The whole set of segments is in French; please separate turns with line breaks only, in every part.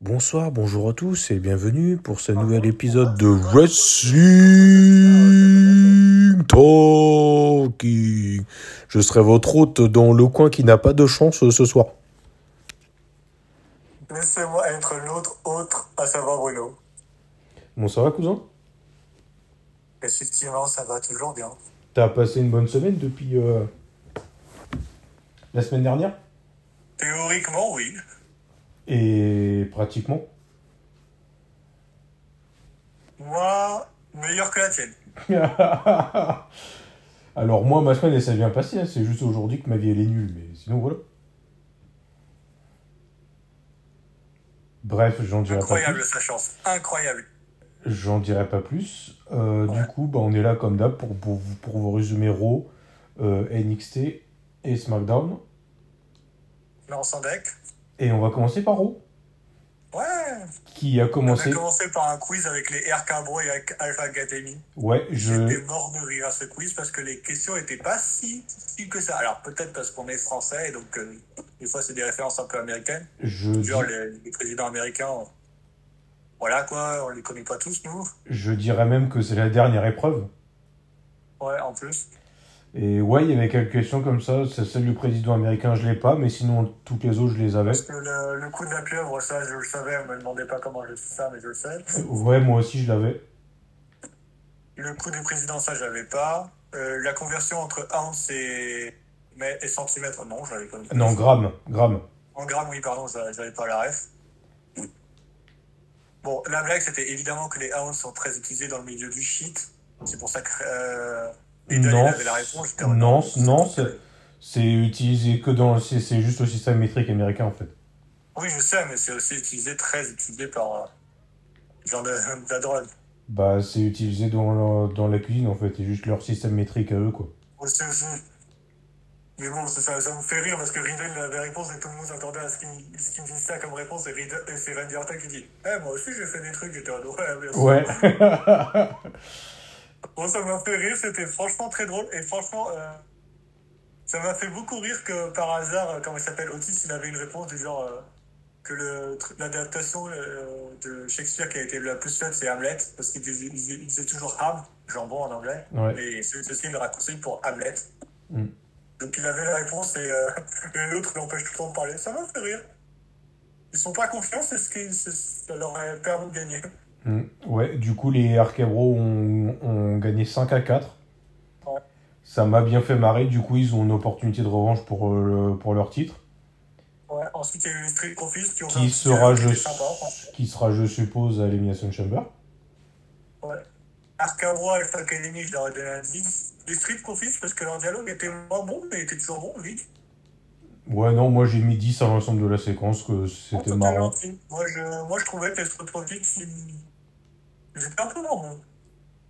Bonsoir, bonjour à tous et bienvenue pour ce nouvel épisode de Wrestling Talking. Je serai votre hôte dans le coin qui n'a pas de chance ce soir.
Laissez-moi être l'autre autre, à savoir Bruno.
Bon, ça va, cousin
Effectivement, ça va toujours bien.
T'as passé une bonne semaine depuis euh, la semaine dernière
Théoriquement, oui.
Et pratiquement
Moi, meilleur que la tienne.
Alors, moi, ma semaine, elle s'est bien passée. hein. C'est juste aujourd'hui que ma vie, elle est nulle. Mais sinon, voilà. Bref, j'en dirai pas plus.
Incroyable sa chance, incroyable.
J'en dirai pas plus. Euh, Du
Ouais.
coup, bah, on est là comme d'hab pour, pour, vous- pour vous résumer Raw, euh, NXT et SmackDown.
Non, sans deck.
Et on va commencer par Raw,
Ouais.
qui a
On
commencé.
a commencé par un quiz avec les R Cabro et avec Alpha Academy.
Ouais, je.
J'étais mort de rire à ce quiz parce que les questions n'étaient pas si difficiles que ça. Alors peut-être parce qu'on est français et donc euh, des fois c'est des références un peu américaines.
Je,
Genre
di-
les, les présidents américains, on- voilà quoi, on les connaît pas tous nous.
je dirais même que c'est la dernière épreuve.
Ouais, en plus.
Et ouais, il y avait quelques questions comme ça. C'est celle du président américain, je l'ai pas, mais sinon, toutes les autres, je les avais.
Parce que le, le coup de la pieuvre, ça je le savais, on me demandait pas comment je sais ça, mais je le sais.
Ouais, moi aussi, je l'avais.
Le coup du président, ça j'avais pas. Euh, la conversion entre ounce et, mais, et centimètre, non, j'avais pas.
Non, gramme, gramme.
En grammes, oui, pardon, ça- j'avais pas la ref. Bon, la blague, c'était évidemment que les ounces sont très utilisés dans le milieu du shit. C'est pour ça que. Euh, Lidl, il
Non,
avait la réponse. j'étais en mode,
non,
c'est-
non, c'est- c'est utilisé que dans. C'est c'est juste le système métrique américain, en fait.
Oui, je sais, mais c'est aussi utilisé, très utilisé par. euh, genre de, de la drogue.
Bah, c'est utilisé dans, leur- dans la cuisine, en fait. C'est juste leur système métrique à eux, quoi.
Moi, c'est aussi. Mais bon, ça, ça, ça me fait rire parce que Riddle avait réponse et tout le monde s'attendait à ce qu'il ce qu'il me dise ça comme réponse et, Riddle, et c'est Randy Orton qui dit Eh, moi aussi j'ai fait des trucs, j'étais en mode, ouais, bien sûr.
Ouais.
Bon, ça m'a fait rire, c'était franchement très drôle et franchement, euh, ça m'a fait beaucoup rire que par hasard, euh, comment il s'appelle, Otis, il avait une réponse du genre euh, que le tr- l'adaptation euh, de Shakespeare qui a été la plus faite, c'est Hamlet parce qu'il disait, il disait- il disait toujours ham, jambon en anglais.
ouais.
Et c'est aussi le raccourci pour Hamlet.
Mm.
Donc il avait la réponse et, euh, et l'autre l'empêche tout le temps de parler. Ça m'a fait rire. Ils sont pas confiants, c'est ce qui c'est- ça leur a permis de gagner.
Mm. Ouais, du coup, les Arcabros ont, ont gagné 5 à 4.
Ouais.
Ça m'a bien fait marrer. Du coup, ils ont une opportunité de revanche pour, euh, le- pour leur titre.
Ouais. Ensuite, il y a eu les Street Confus qui ont fait un
Qui
petit
sera,
qui
je,
était sympa, franchement.
qui sera, je suppose, à l'Elimination Chamber.
Arcabro Alpha Academy, je leur ai donné un 10. Les Street Confus, parce que leur dialogue était moins bon, mais était toujours bon, oui.
Ouais, non, moi j'ai mis 10 à l'ensemble de la séquence, que c'était
C'était
marrant.
gentil. Moi je, moi, je trouvais que les Street Confus, ils ils étaient un peu normaux.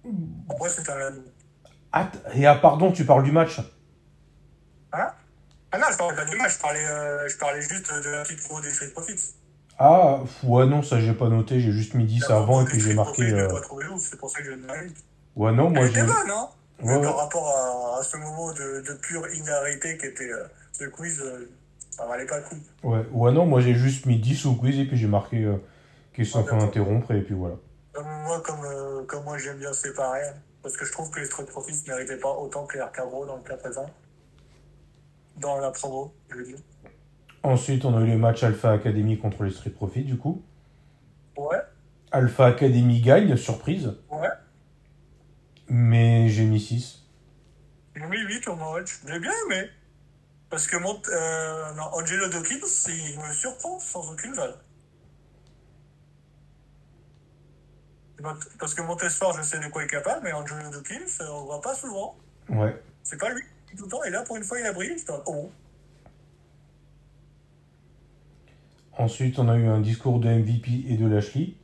Mm.
Pour moi, c'était un lado.
Ah, t- et ah, pardon, tu parles du match
Ah non, je parlais pas du match, je parlais, euh, je parlais juste de la petite promo des Street Profits.
Ah, pff, ouais, non, ça j'ai pas noté, j'ai juste mis 10
La
avant et
promo
puis
des
j'ai
Street
marqué.
Profits, je l'ai
euh,
pas trouvé ouf, c'est pour ça que je l'ai demandé.
Ouais, non, moi
Elle
j'ai.
était bonne, hein
Ouais,
Mais
ouais.
Par rapport à, à ce moment de, de pure inarrêté qui était euh, ce quiz, euh, ça valait pas le coup.
Ouais, ouais, non, moi j'ai juste mis 10 au quiz et puis j'ai marqué euh, qu'ils sont en
Ouais,
train
Ah, d'accord.
d'interrompre et puis voilà.
Comme moi, comme, euh, comme moi j'aime bien séparer, parce que je trouve que les Street Profits n'arrivaient pas autant que les Arcabro dans le cas présent. Dans la promo, je veux dire.
Ensuite, on a eu le match Alpha Academy contre les Street Profits, du coup.
Ouais,
Alpha Academy gagne, surprise.
Ouais.
Mais j'ai mis 6.
j'ai mis 8 au match. J'ai bien aimé. Parce que mon, euh, non, Angelo Dawkins, il me surprend sans aucune valeur. Parce que Montesfort, je sais de quoi il est capable, mais Angelo Dawkins, euh, on le voit pas souvent.
Ouais.
C'est pas lui tout le temps, et là pour une fois il a brillé. j'étais en- Oh.
Ensuite, on a eu un discours de MVP et de Lashley.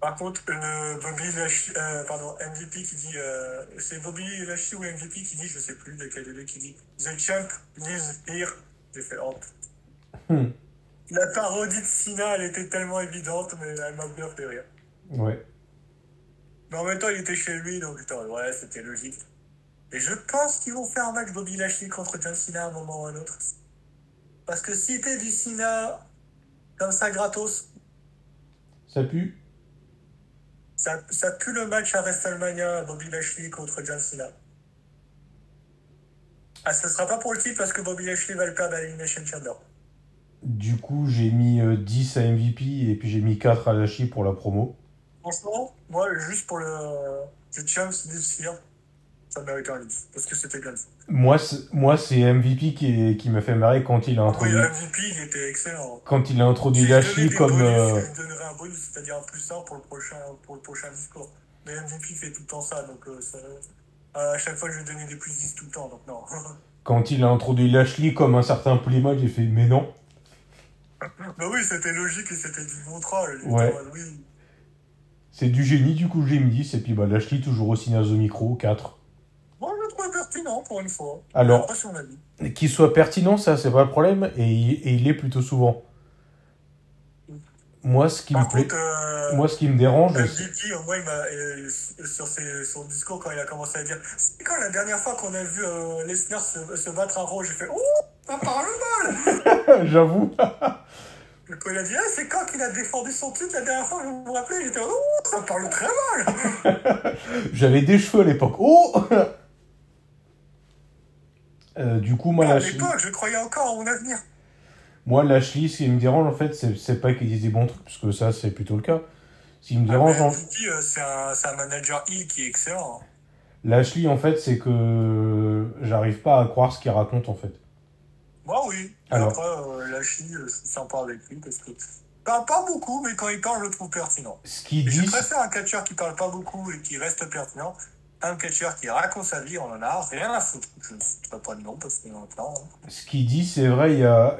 Par contre, le Bobby Lash- euh, pardon, MVP qui dit, euh, c'est Bobby Lashley ou MVP qui dit, je sais plus lequel des deux qui dit, The Champ lives here. J'ai fait honte.
Hmm.
La parodie de Sina, elle était tellement évidente, mais elle m'a bien fait rire.
Ouais.
Mais en même temps, il était chez lui, donc putain, ouais, c'était logique. Et je pense qu'ils vont faire un match Bobby Lashley contre John Cena à un moment ou à un autre. Parce que si t'es du Cena comme ça gratos,
Ça pue
Ça, ça pue le match à WrestleMania, Bobby Lashley contre John Cena. Ah, ce sera pas pour le titre parce que Bobby Lashley va le perdre à l'Elimination Chamber.
Du coup, j'ai mis euh, 10 à MVP et puis j'ai mis 4 à Lashley pour la promo.
Franchement, moi, juste pour le, le champs du Cena, ça mérite un livre parce que c'était bien fait.
Moi, c'est- moi, c'est MVP qui, est- qui me fait marrer quand il a
Oui,
introduit,
le MVP, il était excellent.
quand il a introduit
Si je donnais
Lashley
des
comme.
bonus,
euh,
Je donnerais un bonus, c'est-à-dire un plus 1 pour le prochain, pour le prochain discours. Mais MVP fait tout le temps ça, donc euh, ça- à chaque fois je vais donner des plus 10 tout le temps, donc non.
quand il a introduit Lashley comme un certain Plima, j'ai fait mais non.
bah oui, c'était logique et c'était du bon troll.
Ouais.
Oui.
C'est du génie, du coup j'ai mis 10 et puis bah Lashley toujours aussi naze au micro, 4.
Moi je le trouvais pertinent pour une fois.
Alors-
Après, son avis.
Qu'il soit pertinent, ça c'est pas le problème et il, et il est plutôt souvent. Moi ce qui
Par
me plaît,
contre, euh,
moi ce qui me dérange, c'est-
MVP, au moins, il m'a, euh, sur ses- son discours, quand il a commencé à dire C'est quand la dernière fois qu'on a vu euh, Lesnar se, se battre à Raw J'ai fait Oh, pas par le
j'avoue.
mal Quand il a dit Ah, c'est quand qu'il a défendu son titre la dernière fois, vous vous rappelez J'étais Oh, ça parle très mal
J'avais des cheveux à l'époque. Oh Euh, du coup, moi,
À
Lashley,
l'époque, je croyais encore en mon avenir.
moi, Lashley, ce qui me dérange, en fait, c'est, c'est pas qu'il dise des bons trucs, parce que ça, c'est plutôt le cas. Ce qui me
Ah, mais
dérange, en-
MVP, euh, c'est un, c'est un manager heel qui est excellent.
Lashley, en fait, c'est que j'arrive pas à croire ce qu'il raconte, en fait.
Moi, oui. Et
Alors.
Après, euh, la Chine, euh, c'est sympa avec lui parce que. Pas, pas beaucoup, mais quand il parle, je le trouve pertinent.
Ce qu'il
Et Je
dit,
préfère un catcheur qui parle pas beaucoup et qui reste pertinent. Un catcheur qui raconte sa vie, on en a rien à foutre. Je ne citerai pas de nom parce qu'on en a plein.
ce qu'il dit, c'est vrai, il y a,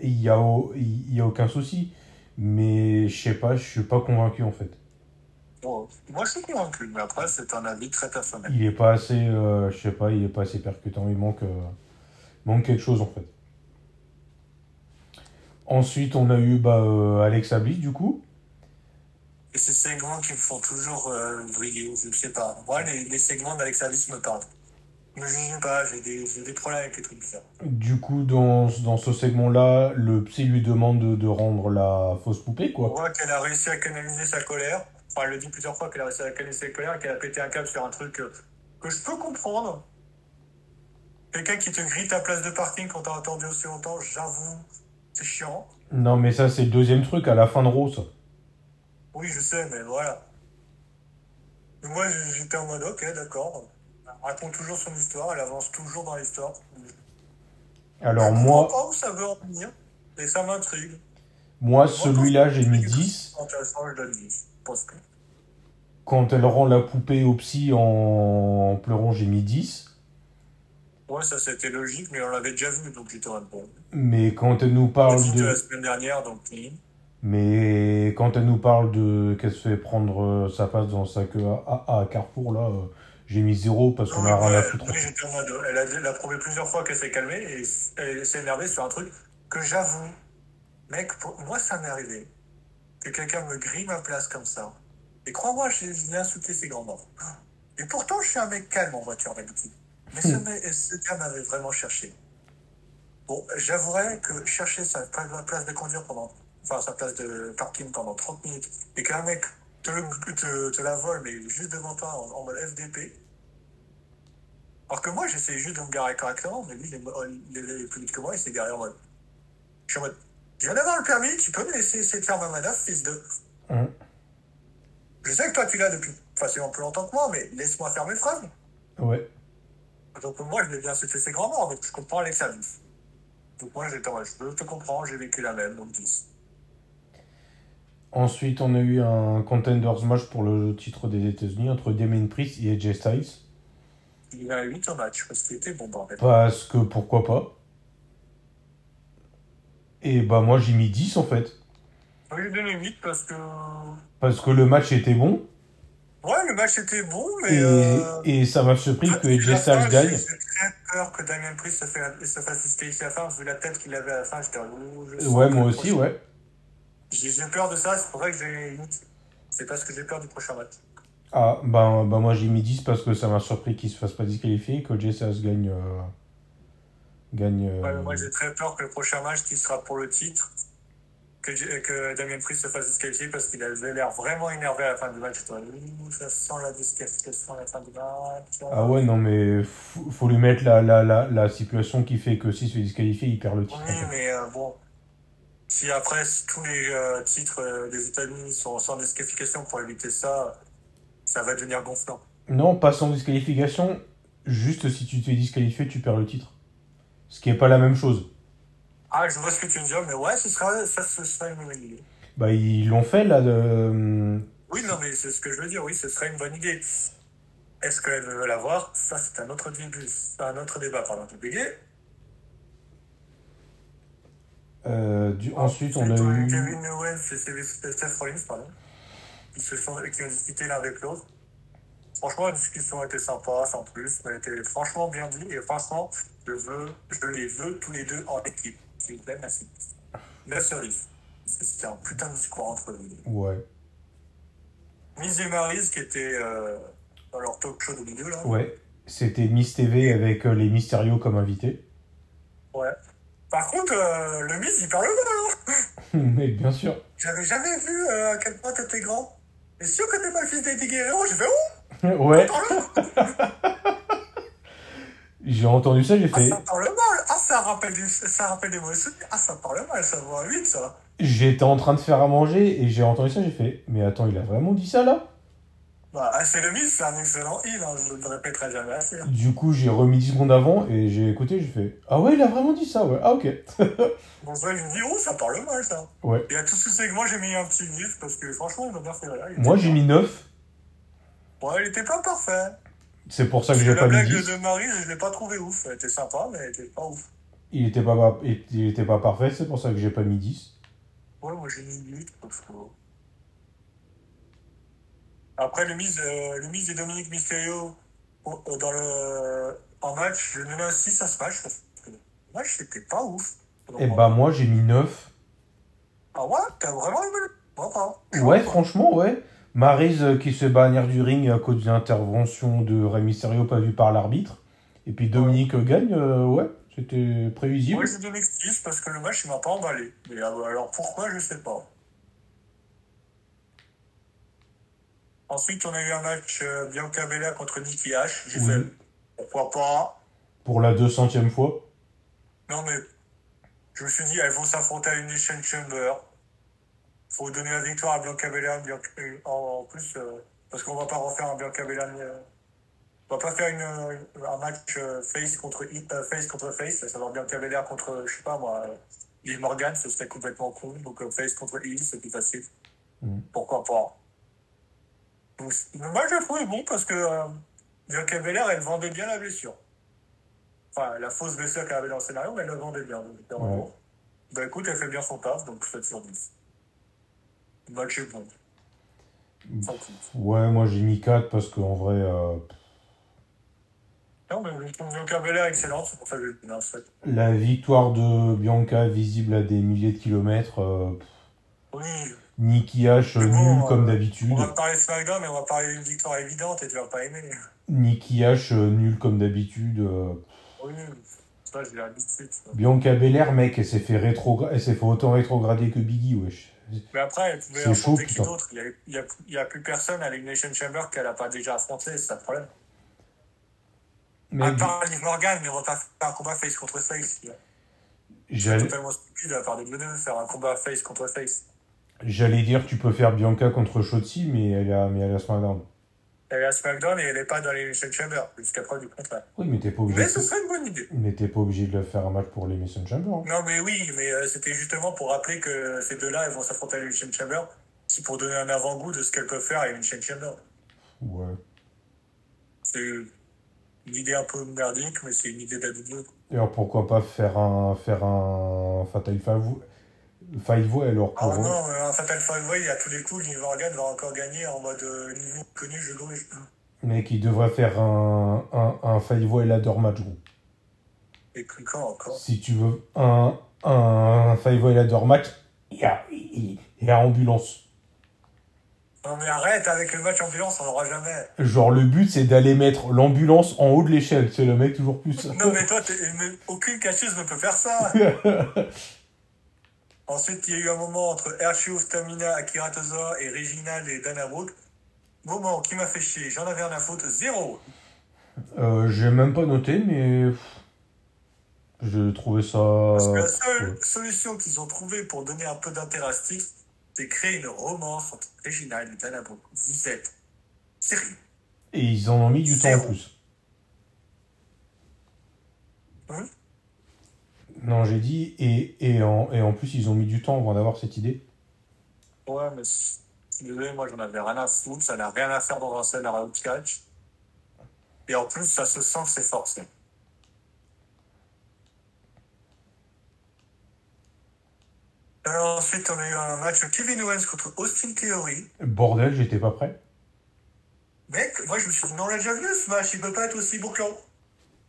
il y a, au- il y a aucun souci. Mais je sais pas, je suis pas convaincu, en fait.
Bon, moi, je suis convaincu, mais après, c'est un avis très personnel.
Il est pas assez, euh, je sais pas, il est pas assez percutant. Il manque, euh, manque quelque chose en fait. Ensuite, on a eu bah, euh, Alexa Bliss du coup.
Et ces segments qui me font toujours euh, briller, je ne sais pas. Moi, les, les segments d'Alexa Bliss me parlent. Mais je ne sais pas, j'ai des, j'ai des problèmes avec les trucs bizarres.
Du coup, dans, ce- dans ce segment-là, le psy lui demande de, de rendre la fausse poupée
On
quoi.
voit qu'elle a réussi à canaliser sa colère. Enfin, elle le dit plusieurs fois qu'elle a réussi à canaliser sa colère et qu'elle a pété un câble sur un truc euh, que je peux comprendre. Quelqu'un qui te grille ta place de parking quand t'as attendu aussi longtemps, j'avoue, c'est chiant.
Non, mais ça c'est le deuxième truc à la fin de Raw. ça.
Oui, je sais, mais voilà. Mais moi, j- j'étais en mode, ok, d'accord. Elle raconte toujours son histoire, elle avance toujours dans l'histoire.
Alors
je
moi,
comprends pas où ça veut en venir, mais ça m'intrigue.
moi celui-là j'ai mis 10.
C'est intéressant, je donne 10. Parce que...
Quand elle rend la poupée au psy en, en pleurant, j'ai mis 10.
Ouais, ça c'était logique, mais on l'avait déjà vu, donc j'étais en mode, bon.
Mais quand elle nous parle
Petite
de...
de la euh, semaine dernière, donc oui.
Mais quand elle nous parle de qu'elle se fait prendre euh, sa place dans sa queue à, à- à Carrefour, là, euh, j'ai mis zéro parce qu'on a rien à foutre.
Oui, j'étais en mode, Elle a, elle a prouvé plusieurs fois qu'elle s'est calmée et s- elle s'est énervée sur un truc que j'avoue, mec, pour- moi ça m'est arrivé. Que quelqu'un me grille ma place comme ça. Et crois-moi, je je l'ai insulté ses grands morts. Et pourtant, je suis un mec calme en voiture d'habitude. Mais
Hmm.
ce, mec- ce gars m'avait vraiment cherché. Bon, j'avouerais que chercher sa pla- place de conduire pendant, enfin sa place de parking pendant 30 minutes et qu'un mec te, le- te- te la vole, mais juste devant toi en, en mode FDP. Alors que moi, j'essayais juste de me garer correctement, mais lui, il est, mo- il est- il est plus vite que moi, il s'est garé en mode. Je suis en mode, je viens d'avoir le permis, tu peux me laisser essayer de faire ma manœuvre, fils de.
Hum.
Je sais que toi, tu l'as depuis facilement plus longtemps que moi, mais laisse-moi faire mes phrases.
Ouais.
Donc moi, je l'ai bien insulté ses grands morts, donc je comprends les services. Donc moi, j'étais en mode, je te comprends, j'ai vécu la même, donc 10.
Ensuite, on a eu un Contenders match pour le titre des États-Unis entre Damien Priest et AJ Styles.
Il a 8 au match, parce qu'il était bon, bordel.
Parce que pourquoi pas Et bah, moi, j'ai mis 10 en fait.
Moi, j'ai donné 8 parce que.
Parce que le match était bon
Ouais, le match était bon, mais.
et,
euh,
et ça m'a surpris que
La
AJ Styles
fin,
gagne.
J'ai j'ai très peur que Damien Priest se, fait- se fasse disqualifier à la fin, vu la tête qu'il avait à la fin. J'étais en mode, oh, je sens
Ouais,
que
moi
le
aussi,
prochain-
ouais.
J'ai j'ai peur de ça, c'est pour ça que j'ai limite. C'est parce que j'ai peur du prochain match.
Ah, bah, bah moi j'ai mis 10 parce que ça m'a surpris qu'il se fasse pas disqualifier, que JSS gagne. euh, gagne. euh,
Ouais, mais moi, j'ai très peur que le prochain match qui sera pour le titre, que, J- que Damien Priest se fasse disqualifier parce qu'il avait l'air vraiment énervé à la fin du match. Toi. Ouh, ça sent la disqualification à la fin du match.
Ah ouais, non, mais faut faut lui mettre la, la, la, la situation qui fait que s'il se fait disqualifier, il perd le titre.
Oui,
en fait.
mais euh, bon. Si après si tous les euh, titres euh, des États-Unis sont sans disqualification pour éviter ça, ça va devenir gonflant.
Non, pas sans disqualification. Juste si tu te fais disqualifier, tu perds le titre. Ce qui est pas la même chose.
Ah, je vois ce que tu veux dire, mais ouais, ce sera, ça, ce sera une bonne idée.
Bah, ils l'ont fait là. de- euh,
Oui, non, mais c'est ce que je veux dire, oui, ce serait une bonne idée. Est-ce qu'elle veut l'avoir Ça, c'est un autre début, c'est un autre débat, pardon. T'as oublié
euh, du- ensuite, on a
Plutôt
eu.
Kevin Owens et Seth Seth Rollins, pardon. Ils se sont, qui ont discuté l'un avec l'autre. Franchement, la discussion était sympa, sans plus. Elle était franchement bien dit. Et franchement, je, veux, je les veux tous les deux en équipe. S'il vous plaît, merci. 9 sur 10. C'était un putain de discours entre eux.
Ouais.
Miz et Maryse, qui étaient euh, dans leur talk show de milieu, là.
Ouais. C'était Miss TV avec euh, les Mysterio comme invités.
Ouais. Par contre, euh, le Miz, il parle mal. Hein
Mais bien sûr.
J'avais jamais vu euh, à quel point t'étais grand. Et si on connaît pas le fils d'Eddie Guerrero, j'ai fait oh, Ouh,
Ouais.
parle
J'ai entendu ça, j'ai
Ah,
fait.
ça parle mal Ah, ça rappelle, du- ça rappelle des mauvais souvenirs Ah, ça parle mal, ça voit 8, ça
J'étais en train de faire à manger et j'ai entendu ça, j'ai fait. Mais attends, il a vraiment dit ça là
Bah, ah, c'est le 1000, c'est un excellent heal, hein, je ne le répéterai jamais assez. hein.
Du coup, j'ai remis 10 secondes avant et j'ai écouté, j'ai fait. Ah ouais, il a vraiment dit ça, ouais. Ah ok.
Bon, ça, je me dis, oh, ça parle mal, ça
Ouais.
Et à tout ce segment, j'ai mis un petit 10, parce que franchement, il m'a bien fait rire. il
Moi,
était
j'ai
bien.
mis 9.
Ouais, il était pas parfait.
C'est pour ça que
Parce
Ah, j'ai
que la
pas mis
blague
10.
de Marie, je l'ai pas trouvé ouf. Elle était sympa, mais elle était pas ouf.
Il était pas, il était pas parfait, c'est pour ça que j'ai pas mis 10.
Ouais, moi j'ai mis 8 parce que. Après, le mise, euh, le mise et Dominique Mysterio au- euh, dans le, en match, je mets un 6 à ce match. parce que Le match, c'était pas ouf. oh.
Et bah moi j'ai mis 9.
Ah ouais, t'as vraiment aimé le. Moi pas.
Ouais, franchement, ouais. Maryse euh, qui se bannière du ring à cause d'une intervention de Rey Mysterio pas vue par l'arbitre. Et puis Dominique euh, gagne, euh, ouais, c'était prévisible.
Moi j'ai donné 6 parce que le match, il m'a pas emballé. Mais euh, alors pourquoi, je sais pas. Ensuite, on a eu un match euh, Bianca Bella contre Nikki H. J'ai
Oui.
fait pourquoi pas.
Pour la 200ème fois.
Non, mais je me suis dit, elles vont s'affronter à une Nation Chamber. Faut donner la victoire à Bianca Belair. Bianca- euh, En en plus, euh, parce qu'on va pas refaire un Bianca Belair. euh, On va pas faire une, euh, un match euh, face contre i- euh, face contre face, à savoir Bianca Belair contre, euh, je sais pas moi, euh, Liv Morgan, ce serait complètement con. Donc euh, face contre Hill, c'est plus facile.
Mm.
Pourquoi pas Donc, c- Le match, je le trouvais bon parce que euh, Bianca Belair, elle vendait bien la blessure. Enfin, la fausse blessure qu'elle avait dans le scénario, mais elle le vendait bien. Donc, normalement.
Ouais.
Bah écoute, elle fait bien son taf, donc 7 sur 10. Le match est bon.
Mm.
Sans plus.
Ouais, moi j'ai mis 4 parce qu'en vrai, euh,
Non, mais je trouve Bianca Belair excellente, c'est pour ça que je lui donne un 7.
la victoire de Bianca visible à des milliers de kilomètres. euh, pff,
Oui,
Nikki H euh,
Mais bon,
nul
euh,
comme d'habitude.
on va parler de SmackDown, mais on va parler d'une victoire évidente et tu vas pas aimer.
Nikki H euh, nul comme d'habitude. euh,
Oui, ça j'ai l'habitude. ça.
Bianca Belair, mec, elle s'est fait, rétrogra- elle s'est fait autant rétrograder que Biggie, wesh.
Mais après, elle pouvait
C'est chaud,
affronter qui
putain.
d'autre Il n'y a, il y a- il y a plus personne à l'Ignation Chamber qu'elle n'a pas déjà affronté, c'est ça le problème.
Mec,
À part Liv Morgan, mais on va pas faire un combat face contre face. C'est
j'allais-
totalement stupide à part des deux de faire un combat face contre face.
j'allais dire tu peux faire Bianca contre Shotzi, mais elle a, mais elle a SmackDown.
Elle est à SmackDown et elle n'est pas dans l'Ignation Chamber, jusqu'à preuve du contraire.
Oui, mais t'es pas obligé.
Mais ce
De...
serait une bonne idée.
Mais t'es pas obligé de le faire un match pour les Mason Chamber. hein.
Non, mais oui, mais euh, c'était justement pour rappeler que ces deux-là, elles vont s'affronter à l'Union Chamber. C'est pour donner un avant-goût de ce qu'elles peuvent faire à l'Union Chamber.
Ouais.
C'est une idée un peu merdique, mais c'est une idée d'habitude.
Alors pourquoi pas faire un, faire un Fatal Five Five Way alors
Ah
pour.
non, euh, un Fatal Five Way, à tous les coups, Liv Morgan va encore gagner en mode euh, niveau connu, je corrige.
Mais qui devrait faire un, un, un Five Way Ladder Match gros.
Et puis quand encore
Si tu veux un, un Five Way Ladder Match, il y a, il y a ambulance.
Non, mais arrête avec le match ambulance, on l'aura jamais.
Genre le but c'est d'aller mettre l'ambulance en haut de l'échelle, c'est le mec toujours plus.
Non, mais toi, t'es- mais aucune catcheuse ne peut faire ça. Ensuite, il y a eu un moment entre Hershio Stamina, Akira Tozawa et Reginald et Dana Brooke. Moment qui m'a fait chier, j'en avais rien à foutre, zéro.
Euh, J'ai même pas noté, mais. pff, J'ai trouvé ça.
Parce que la seule
Euh, ouais.
solution qu'ils ont trouvée pour donner un peu d'intérêt à ce titre, c'est créer une romance entre Reginald et Dana Brooke. 17. Sérieux.
Et ils en ont mis du temps en
Zéro.
plus.
Hein
Non, j'ai dit, et, et, en, et en plus, ils ont mis du temps avant d'avoir cette idée.
Ouais, mais je suis désolé, moi j'en avais rien à foutre, ça n'a rien à faire dans un scénario de catch. Et en plus, ça se sent que c'est forcé. Alors ensuite, on a eu un match de Kevin Owens contre Austin Theory.
Bordel, j'étais pas prêt.
Mec, moi je me suis dit, non, on l'a déjà vu ce match, il peut pas être aussi bouclant.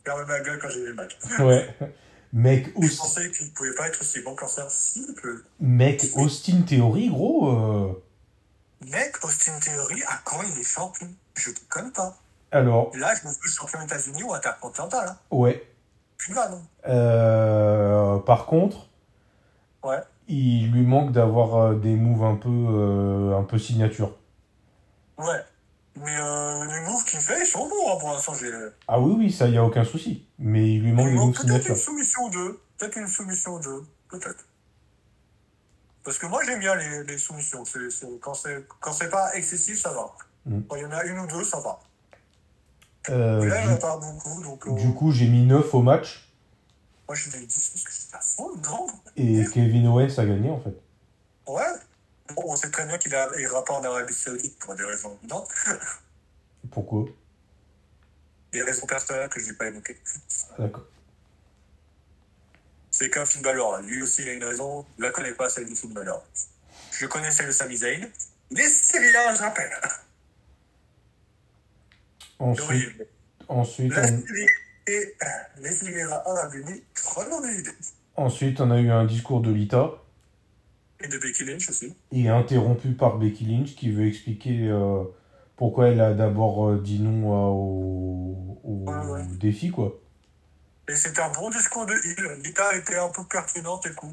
Ferme ma gueule quand j'ai vu le match.
Ouais. Mec,
Je
Austin,
pensais qu'il pouvait pas être aussi bon qu'en ça. Si, il peut.
mec, Austin Theory, gros. euh,
Mec, Austin Theory, à quand il est champion Je te connais pas.
Alors,
Là, je me veux champion États-Unis ou intercontinental. Hein.
ouais.
Plus mal. Hein.
Euh, par contre,
Ouais.
il lui manque d'avoir euh, des moves un peu, euh, un peu signature.
Ouais. Mais euh, les moves qu'il fait, ils sont bons hein, pour l'instant. J'ai...
Ah oui, oui, ça, y a aucun souci. Mais il lui
Il
manque des
manque
moves
peut-être
signature.
une soumission ou deux. Peut-être une soumission ou deux. Peut-être. Parce que moi, j'aime bien les, les soumissions. C'est, c'est- Quand, c'est... quand c'est pas excessif, ça va.
Mm.
Quand il y en a une ou deux, ça va.
Euh,
Mais là, il n'y en a
du,
pas beaucoup. Donc, euh,
du coup, j'ai mis 9 au match
moi, je suis 10 parce que c'est pas fou, grand.
et Kevin Owens a gagné en fait.
Ouais. Bon, on sait très bien qu'il a- il ira pas en Arabie Saoudite pour des raisons évidentes.
Pourquoi
Des raisons personnelles que je n'ai pas évoquées.
Ah, D'accord.
C'est comme Finn Balor. hein. Lui aussi, il a une raison. Je la connais pas, celle de Finn Balor. Je connais celle de Sami Zayn. Mais celui-là, je rappelle.
Ensuite,
Oui.
ensuite,
La série et euh, les Oliveira en a gagné vraiment des idées.
on, ensuite, on a eu un discours de Lita.
Et de Becky Lynch aussi.
et interrompu par Becky Lynch qui veut expliquer euh, pourquoi elle a d'abord euh, dit non euh, au, au
Ouais, ouais.
défi quoi.
Et c'était un bon discours de Hill. Lita était un peu pertinente et cool.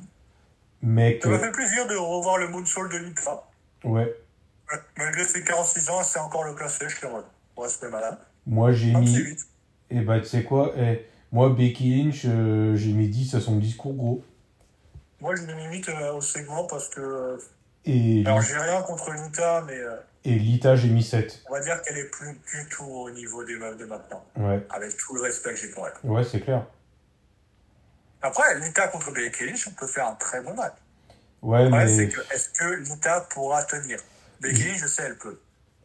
Mais
Ça
que,
m'a fait plaisir de revoir le Moonsault de Lita.
euh, ouais,
Ouais, Malgré ses 46 ans, c'est encore le classé, je suis heureux. Ouais, c'est pas hein. Ah, malade.
moi j'ai mis
28.
et bah tu sais quoi, eh, moi Becky Lynch euh, j'ai mis 10 à son discours gros
Moi, je me limite euh, au segment parce que. euh,
et,
Alors, j'ai rien contre Lita, mais euh,
et Lita j'ai mis 7.
on va dire qu'elle est plus du tout au niveau des meufs de maintenant.
Ouais,
avec tout le respect que j'ai pour elle.
ouais, c'est clair.
Après, Lita contre Becky Lynch, on peut faire un très bon match.
Ouais,
Le problème, c'est
mais
que est-ce que Lita pourra tenir Becky Lynch, je sais, elle peut.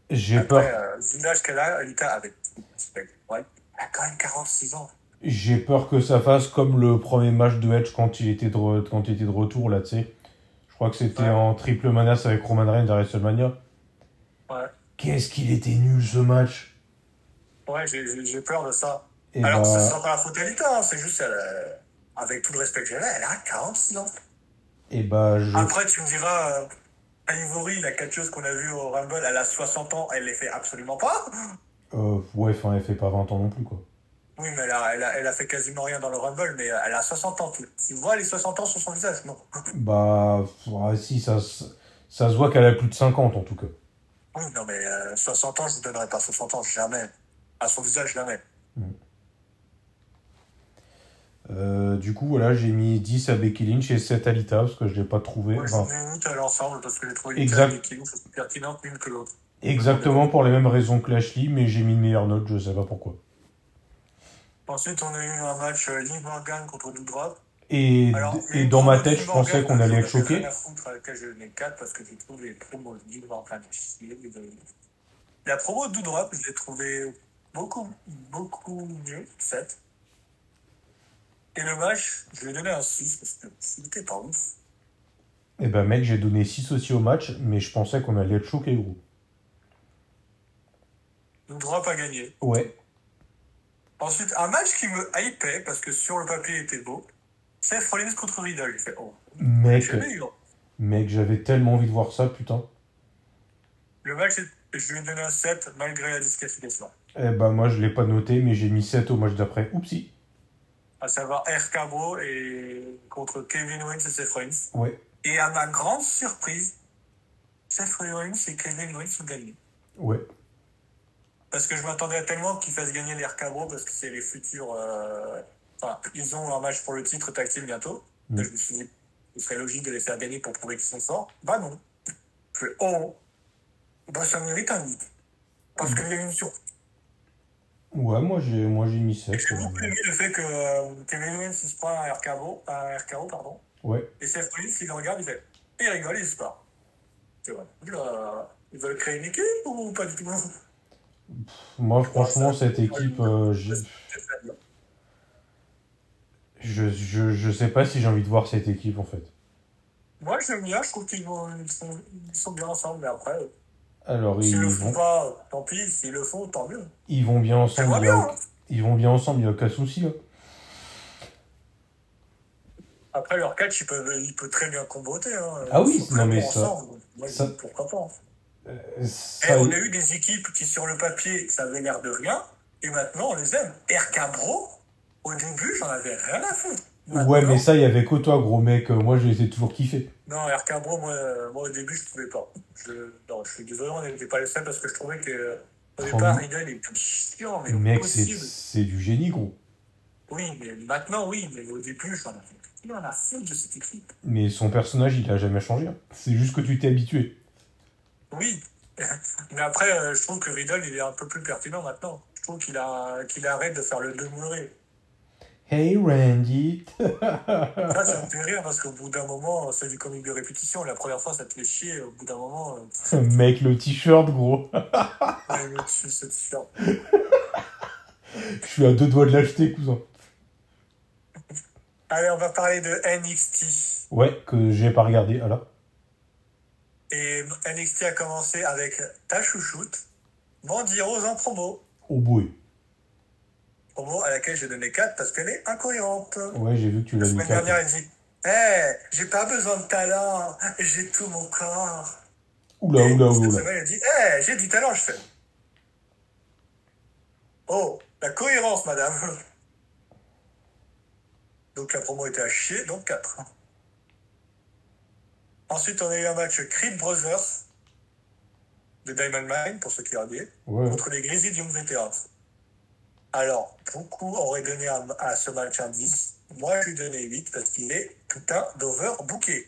j'ai
Après,
peur
euh, vu l'âge qu'elle a, Lita, avec tout le respect, ouais, elle a quand même 46 ans.
j'ai peur que ça fasse comme le premier match de Edge quand il était de, re- quand il était de retour là, tu sais. Je crois que c'était
Ouais.
en triple menace avec Roman Reigns à WrestleMania.
Ouais,
Qu'est-ce qu'il était nul ce match
ouais j'ai- j'ai j'ai peur de ça.
Et
Alors, ça
bah,
sera pas la faute à Lita, hein, c'est juste, elle, euh, avec tout le respect que j'ai, elle a 46 ans.
et bah je...
Après, tu me diras, euh, Ivory, la catcheuse qu'on a vue au Rumble, elle a 60 ans, elle les fait absolument pas.
euh, ouais, enfin, elle fait pas 20 ans non plus, quoi.
Oui, mais elle a, elle, a, elle a fait quasiment rien dans le Rumble, mais euh, elle a 60 ans. Tu, tu vois les 60 ans sur son visage, non
Bah, ah, si, ça, se- ça se voit qu'elle a plus de 50, en tout cas.
Oui, non, mais euh, 60 ans, je ne donnerai pas 60 ans, jamais. À son visage, jamais.
Euh, du coup, voilà, j'ai mis 10 à Becky Lynch et 7 à Lita, parce que je l'ai pas trouvé.
Moi, je
Enfin,
mets une à l'ensemble parce que j'ai trouvé
Exact.
une qui est pertinente l'une que l'autre.
exactement pour les mêmes raisons que Lashley, mais j'ai mis une meilleure note, je sais pas pourquoi.
Ensuite, on a eu un match euh, Liv Morgan contre Doudrop.
Et, et dans ma tête, je pensais qu'on allait être
choqué.
choqué.
Je mets 4 parce que je trouve les promos de Liv Morgan chier. La promo de Doudrop, je l'ai trouvé beaucoup, beaucoup mieux, 7. Et le match, je lui ai donné un 6 parce que c'était pas ouf.
Et bah, mec, j'ai donné 6 aussi au match, mais je pensais qu'on allait être choqué, gros.
Doudrop a gagné.
Ouais.
Ensuite, un match qui me hypait parce que sur le papier il était beau. C'est Rollins contre Riddle. J'ai fait, oh,
Mec,
jamais eu, hein.
mec, j'avais tellement envie de voir ça, putain.
Le match, est- je lui ai donné un 7 malgré la disqualification.
Eh bah, moi, je l'ai pas noté, mais j'ai mis 7 au match d'après. Oupsie.
à savoir R. Cabro et contre Kevin Owens et ses friends.
Ouais.
Et à ma grande surprise, Seth Rollins et Kevin Owens ont gagné.
Ouais.
Parce que je m'attendais à tellement qu'ils fassent gagner les Recabros parce que c'est les futurs. euh, Enfin, ils ont un match pour le titre tactile bientôt.
Mm.
Donc, je me suis dit, ce serait logique de les faire gagner pour prouver qu'ils sont forts. Bah non. Je fais, oh, bah ça mérite un 8. Parce qu'il y a eu une surprise.
Ouais, moi j'ai moi j'ai mis 7.
Et J'ai beaucoup aimé le fait que euh, Kevin Owens il se prend un RKO, un RKO pardon,
Ouais.
et Seth Rollins il le regarde, il fait, et il rigole, il se part. C'est vrai. Oula, Ils veulent créer une équipe ou pas du tout
Moi franchement cette équipe, euh, j'ai-
hein
je, je, je sais pas si j'ai envie de voir cette équipe en fait.
Moi, j'aime bien, je trouve qu'ils vont- ils sont, ils sont bien ensemble, mais après,
Alors ils
s'ils le font
vont,
pas, tant pis, s'ils le font, tant mieux.
ils vont bien
Ça
ensemble.
va
il y a
bien. hein.
aucun- Ils vont bien ensemble, il n'y a aucun souci. hein.
Après, leur catch, ils peuvent, ils peuvent très bien comboter. Hein.
Ah oui,
Ils sont
non, mais
très bons
ça-
ensemble. Moi, je
ça-
dis, pourquoi pas hein.
Euh,
Eh,
ça-
on a eu des équipes qui, sur le papier, ça avait l'air de rien, et maintenant, on les aime. RK Bro, au début, j'en avais rien à foutre.
Ouais,
Maintenant-
mais ça, il y avait que toi, gros mec. Euh, Moi, je les ai toujours kiffés.
Non, RK Bro, moi, euh, moi, au début, je ne pouvais pas. Je... Non, je suis désolé, on n'était pas les seuls parce que je trouvais que. euh, Au
Oh,
départ,
mais-
Riddle est chiant, mais
Mec, c'est
possible.
c'est du génie, gros.
Oui, mais maintenant, oui, mais au début, j'en avais rien à foutre de cette équipe.
Mais son personnage, il a jamais changé. hein. C'est juste que tu t'es habitué.
Oui, mais après, euh, je trouve que Riddle, il est un peu plus pertinent maintenant. Je trouve qu'il a... qu'il arrête de faire le demeuré.
Hey Randy.
Ça, ça me fait rire parce qu'au bout d'un moment, c'est du comique de répétition. La première fois, ça te fait chier. Au bout d'un moment, euh,
Mec, le t-shirt, gros.
ouais, mais tu- c'est différent.
Je suis à deux doigts de l'acheter, cousin.
Allez, on va parler de NXT.
Ouais, que j'ai pas regardé. Ah là.
Et NXT a commencé avec ta chouchoute, Mandy Rose en promo.
Oh boy.
Promo à laquelle j'ai donné 4 parce qu'elle est incohérente.
Ouais, j'ai vu que tu
La
l'as mis
semaine
quatre.
dernière, elle dit Hé, j'ai pas besoin de talent, j'ai tout mon corps.
Oula,
Et
oula,
cette
oula.
semaine, elle dit Hé, j'ai du talent, je fais. Oh, la cohérence, madame. Donc la promo était à chier, donc 4. Ensuite, on a eu un match Creed Brothers de Diamond Mine, pour ceux qui regardaient
Ouais.
contre les Grizzlies du Vétéran. Alors, beaucoup auraient donné à, à ce match un 10. Moi, je lui donnais 8 parce qu'il est putain d'overbooké.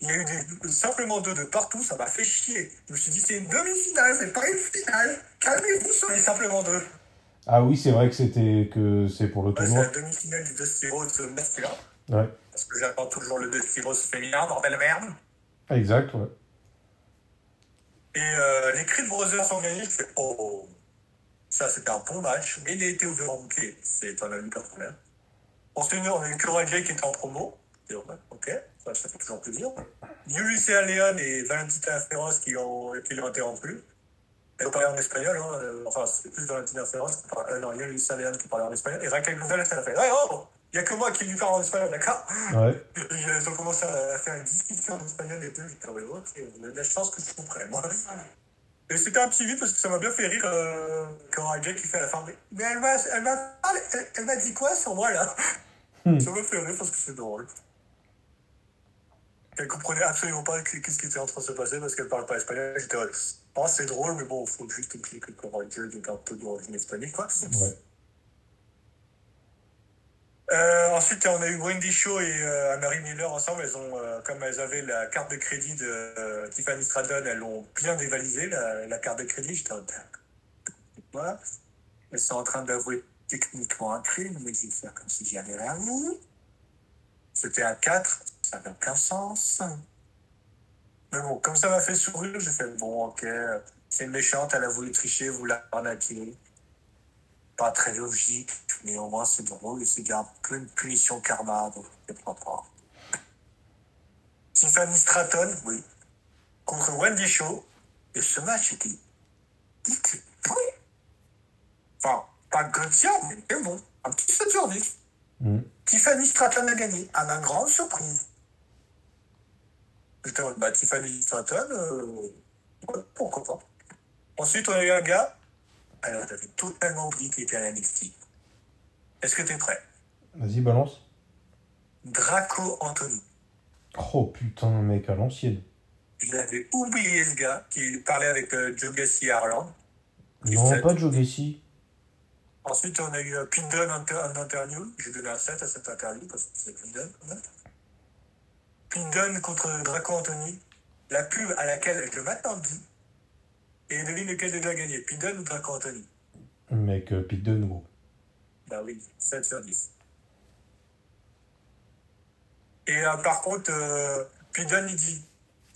Il y a eu des- simplement deux de partout, ça m'a fait chier. Je me suis dit, c'est une demi-finale, c'est pas une finale. Calmez-vous sur les simplement deux.
Ah oui, c'est vrai que c'était que c'est pour le
Ouais, c'est
tournoi.
la demi-finale du Dusty Rhodes masculin.
Ouais.
Parce que j'attends toujours le Dusty Rhodes féminin, bordel merde.
Exact, ouais.
Et euh, les Creed Brothers sont gagnés, je fais oh, ça c'était un bon match, mais il a été overranké, c'est un avis personnel. Ensuite, on a eu Cora Jay qui était en promo, c'est vrai, ok, ça, ça fait toujours plaisir. Ulysses Leon et Valentina Ferroz qui l'ont qui l'ont interrompu. Elle parlait en espagnol, hein, euh, enfin c'est plus Valentina Ferroz qui parlait, euh, non, il y a Ulysses Leon qui parlait en espagnol, et Raquel Gonzalez elle a fait, ouais, oh, il n'y a que moi qui lui parle en espagnol, d'accord
Ouais.
ils ont commencé à faire une discussion en espagnol et tout. J'étais en mode, ok, on a de la chance que je comprenne. moi. Et c'était un petit vide parce que ça m'a bien fait rire euh, quand Raja qui fait à la fin. Mais, mais elle m'a elle m'a parlé- elle, elle m'a dit quoi sur moi là
Hmm.
Ça m'a fait rire parce que c'est drôle. Elle comprenait absolument pas qu- qu'est-ce qui était en train de se passer parce qu'elle parle pas espagnol. J'étais en mode, ah c'est drôle, mais bon, faut juste oublier que Cora Jay est un peu d'origine espagnole quoi.
Ouais.
Euh, ensuite, on a eu Wendy Shaw et euh, Mary Miller ensemble. Elles ont, euh, comme elles avaient la carte de crédit de euh, Tiffany Stratton, elles l'ont bien dévalisé, la, la carte de crédit. J'étais en Voilà. Elles sont en train d'avouer techniquement un crime, mais je vais faire comme si j'avais rien vu. C'était à 4, ça n'a aucun sens. Mais bon, comme ça m'a fait sourire, j'ai fait bon, ok, c'est une méchante, elle a voulu tricher, vous la arnaquez pas très logique, mais au moins c'est drôle et c'est bien plein de punition karma, donc c'est propre. Tiffany Stratton, oui, contre Wendy Shaw, et ce match était. il était bon. Enfin, pas Gotia, mais il était bon. Un petit 7 sur 10.
Mm.
Tiffany Stratton a gagné, à ma grande surprise. J'étais en mode, bah, Tiffany Stratton, euh, ouais, pourquoi pas. Ensuite, on a eu un gars, alors t'avais totalement oublié qu'il était à la NXT. Est-ce que t'es prêt
Vas-y, balance.
Draco Anthony.
Oh putain, mec, à l'ancienne.
Je l'avais oublié, ce gars, qui parlait avec euh, Joe Gassi Harland.
Non, pas Joe Gacy.
Ensuite, on a eu euh, Pindon en, en interview. J'ai donné un 7 à cette interview parce que c'est Pindon. hein. Pindon contre Draco Anthony. La pub à laquelle je m'attendis. Et devine lequel des deux a gagné, Pindon ou Draco Anthony
Mec, euh, Pete Dunne, gros.
Bah oui, 7 sur 10. Et euh, par contre, euh, Pidon, il dit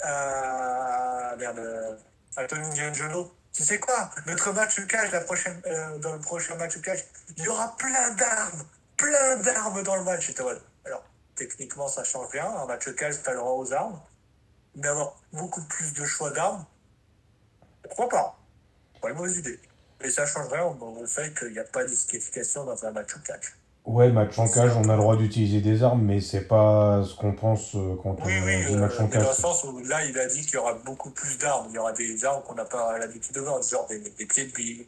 euh, à, merde, euh, à Tony D'Angelo, tu sais quoi, notre match au cage, la prochaine, euh, dans le prochain match au cage, il y aura plein d'armes, plein d'armes dans le match. Et toi, voilà. Alors, techniquement, ça change rien. Un match au cage, tu as le droit aux armes. Mais avoir beaucoup plus de choix d'armes, pourquoi pas Pas une mauvaise idée. Mais ça change rien au fait qu'il n'y a pas de disqualification dans un match au cage.
Ouais, match en cage, on a le droit d'utiliser des armes, mais c'est pas ce qu'on pense euh, quand on
Oui, oui,
dit
euh,
match en
mais
cage.
dans le sens où là, il a dit qu'il y aura beaucoup plus d'armes. Il y aura des armes qu'on n'a pas l'habitude de voir, du genre des, des pieds de billes.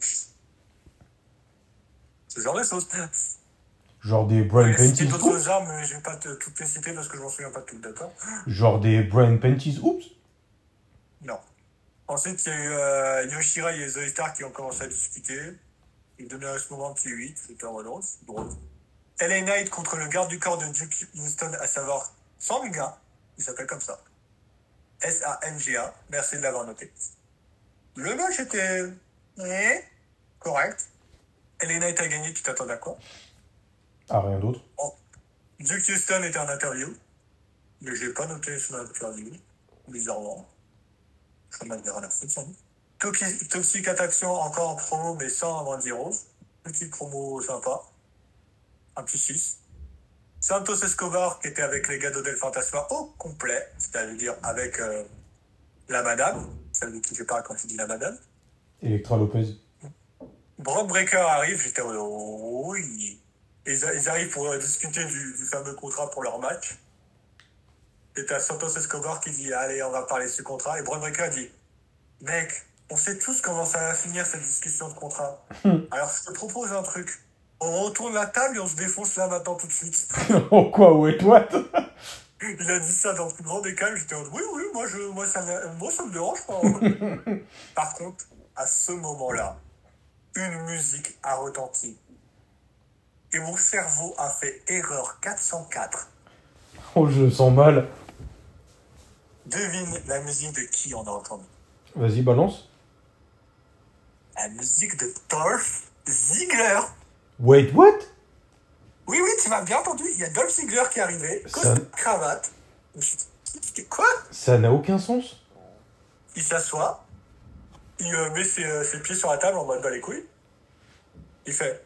Ce genre de choses.
Genre des Brian
Il y a
Penties. Oups
d'autres armes, mais je vais pas te, toutes les citer parce que je m'en souviens pas toutes, d'accord
Genre des Brian Penties. Oups
Non. Ensuite, il y a eu euh, Yoshira et Zoe Stark qui ont commencé à discuter. Ils donnaient à ce moment petit 8, c'était en mode, oh, c'est drôle. LA Knight contre le garde du corps de Duke Houston, à savoir Samga, il s'appelle comme ça. S-A-M-G-A, merci de l'avoir noté. Le match était. eh, correct. LA Knight a gagné, tu t'attends à quoi
Ah, rien d'autre.
Duke Houston était en interview, mais j'ai pas noté son interview, bizarrement. Je m'en ai rien à foutre, sans doute. Toxi- Toxic Attraction encore en promo, mais sans Mandy Rose. Petite promo sympa. Un petit 6. Santos Escobar, qui était avec les gars de Del Fantasma au complet, c'est-à-dire avec euh, la madame, celle de qui je parle quand je dis la madame.
Electra Lopez.
Brock Breaker arrive, j'étais en mode, oh, oui. Ils, a- ils arrivent pour euh, discuter du, du fameux contrat pour leur match. Et t'as Santos Escobar qui dit Allez, on va parler de ce contrat. Et Brock Breaker dit Mec, on sait tous comment ça va finir cette discussion de contrat. Alors je te propose un truc. On retourne la table et on se défonce là maintenant tout de suite.
oh quoi, ouais, what
Il a dit ça dans le plus grand des calmes. J'étais en mode Oui, oui, moi, je, moi, ça, me- moi ça me dérange pas. Par contre, à ce moment-là, une musique a retenti. Et mon cerveau a fait erreur 404.
Oh, je sens mal.
Devine la musique de qui on a entendu
Vas-y, balance.
La musique de Dolph Ziggler.
Wait, what
Oui, oui, tu m'as bien entendu. Il y a Dolph Ziggler qui est arrivé,
Ça-
costard, cravate. Je me suis dit, C'était quoi
Ça n'a aucun sens.
Il s'assoit, il euh, met ses, euh, ses pieds sur la table en mode bas les couilles. Il fait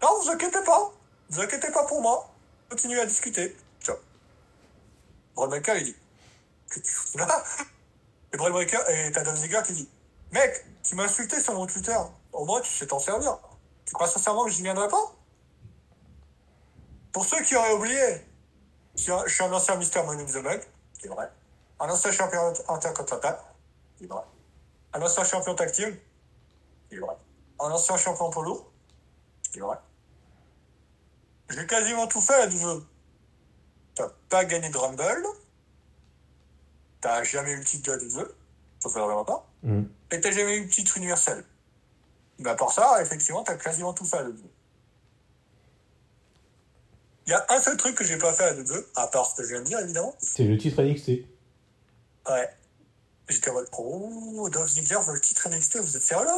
Non, vous inquiétez pas, vous inquiétez pas pour moi, continuez à discuter. Ciao. Bron Breaker, il dit Que tu fous là Et Bron Breaker, et t'as Dom Ziggler qui dit Mec, tu m'as insulté sur mon Twitter, au moins tu sais t'en servir. Tu crois sincèrement que j'y viendrai pas Pour ceux qui auraient oublié, je suis un- je suis un ancien Mister Money in the Bank, c'est vrai. Un ancien champion intercontinental, c'est vrai. Un ancien champion tactile, c'est vrai. Un ancien champion polo, c'est vrai. J'ai quasiment tout fait là du jeu. T'as pas gagné de Rumble, t'as jamais eu le titre de la WWE, sauf le Rumble pas,
Hmm.
et t'as jamais eu le titre universel. Mais à part ça, effectivement, t'as quasiment tout fait à la WWE. Il y a un seul truc que j'ai pas fait à la WWE, à part ce que je viens de dire évidemment,
C'est le titre NXT.
Ouais. J'étais en mode, oh, Dolph Ziggler veut le titre NXT, vous êtes sérieux là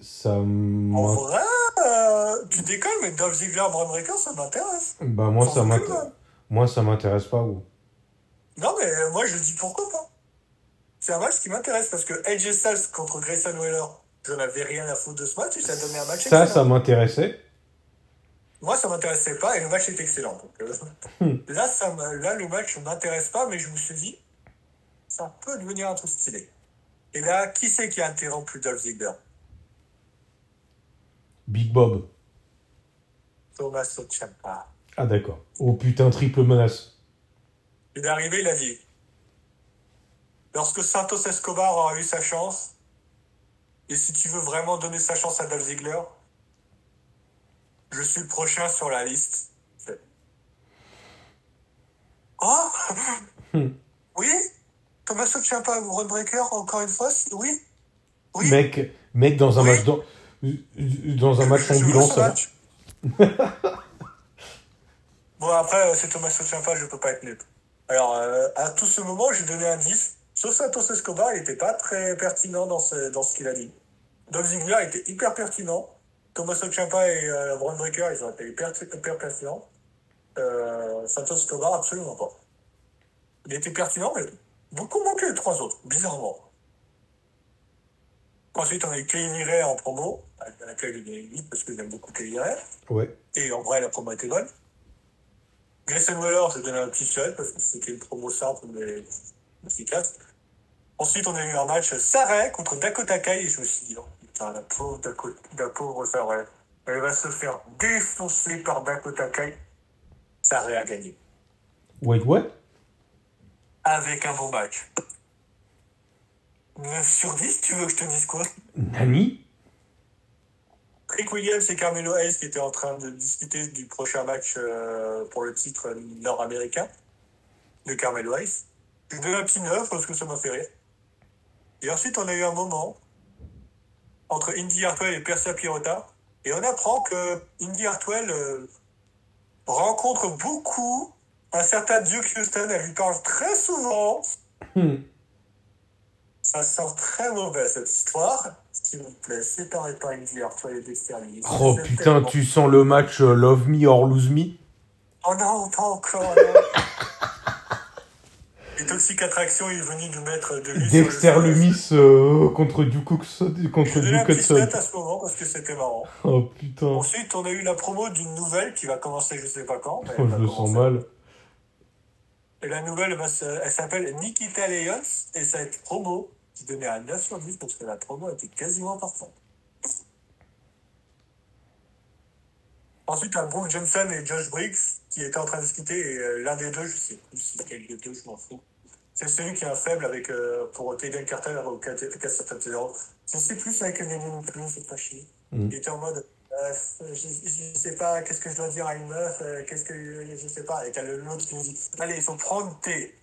Ça
En
m'int-
vrai, euh, tu décolles, mais Dolph Ziggler, Braun Breaker, ça m'intéresse.
Bah, moi, ça
Pourquoi
m'intéresse. Moi, ça m'intéresse pas, gros.
Non, mais moi, je dis pourquoi pas. C'est un match qui m'intéresse parce que AJ Styles contre Grayson Waller, je n'avais rien à foutre de ce match et ça donnait un match
Ça,
excellent.
ça m'intéressait.
Moi, ça m'intéressait pas et le match est excellent. Donc, euh,
Hmm.
là, ça me- là, le match ne m'intéresse pas, mais je me suis dit, ça peut devenir un truc stylé. Et là, qui c'est qui a interrompu Dolph Ziggler
Big Bob.
Thomas Ciampa.
Ah, d'accord. Oh putain, triple menace.
Il est arrivé, il a dit Lorsque Santos Escobar aura eu sa chance, et si tu veux vraiment donner sa chance à Dolph Ziggler, je suis le prochain sur la liste. Je fais, Oh
Hmm.
Oui Thomas tient pas Ron Breaker encore une fois si- Oui Oui
Mec, mec, dans un
Oui.
match dans, dans un match
Je veux
ambulance.
ce match. bon, après, euh, c'est Thomas Soutien-Pas, je peux pas être neutre. Alors, euh, à tout ce moment, j'ai donné un 10. Sauf Santos Escobar, il n'était pas très pertinent dans ce, dans ce qu'il a dit. Dolph Ziggler était hyper pertinent. Thomas Ciampa et euh, Braun Breaker, ils ont été hyper, hyper pertinents. Euh, Santos Escobar, absolument pas. Il était pertinent, mais beaucoup moins que les trois autres, bizarrement. Ensuite, on a eu Kelly Ray en promo, à laquelle j'ai mis parce que j'aime beaucoup Kelly Ray.
Ouais.
Et en vrai, la promo était bonne. Grayson Waller, j'ai donné un petit shot parce que c'était une promo simple mais efficace. Ensuite, on a eu un match Sarah contre Dakota Kai et je me suis dit, oh, putain, la pauvre, Dakota, la pauvre Sarah, elle va se faire défoncer par Dakota Kai. Sarah a gagné.
Wait, what
Avec un bon match. 9 sur 10, tu veux que je te dise quoi
Nani
Rick Williams et Carmelo Hayes qui étaient en train de discuter du prochain match euh, pour le titre nord-américain de Carmelo Hayes. J'ai donné un petit 9 parce que ça m'a fait rire. Et ensuite, on a eu un moment entre Indy Hartwell et Persia Pirota. Et on apprend que Indy Hartwell euh, rencontre beaucoup un certain Duke Houston. Elle lui parle très souvent.
Hmm.
Ça sent très mauvais cette histoire. S'il vous plaît, séparez pas Indy Hartwell et Dexter Lewis.
Oh
C'est
putain,
tellement-
tu sens le match euh, Love Me or Lose Me
Oh non, pas encore. non. Et Toxic Attraction est venu nous mettre de l'huile sur le
Dexter
feu.
Lumis euh, contre Duke Hudson.
Je
Contre
vais donner un
Duke
petit
Hudson.
stat à ce moment parce que c'était marrant.
Oh putain,
Ensuite, on a eu la promo d'une nouvelle qui va commencer je sais pas quand. mais
Oh,
elle
je
va
le sens
commencer.
mal.
Et la nouvelle, va se- elle s'appelle Nikita Leons et cette promo qui donnait un 9 sur 10 parce que la promo était quasiment parfaite. Ensuite, un Brooke Johnson et Josh Briggs qui étaient en train de se quitter et euh, l'un des deux, je sais plus si c'est quel des deux, je m'en fous. C'est celui qui est un faible avec, euh, pour Taylor Carter au 4-0. Je sais plus avec Evelyn Plus, c'est pas chier.
Mm.
Il était en mode, euh, je, je sais pas, qu'est-ce que je dois dire à une meuf, euh, qu'est-ce que je sais pas. Et t'as le- l'autre qui nous dit, allez, il faut prendre tes.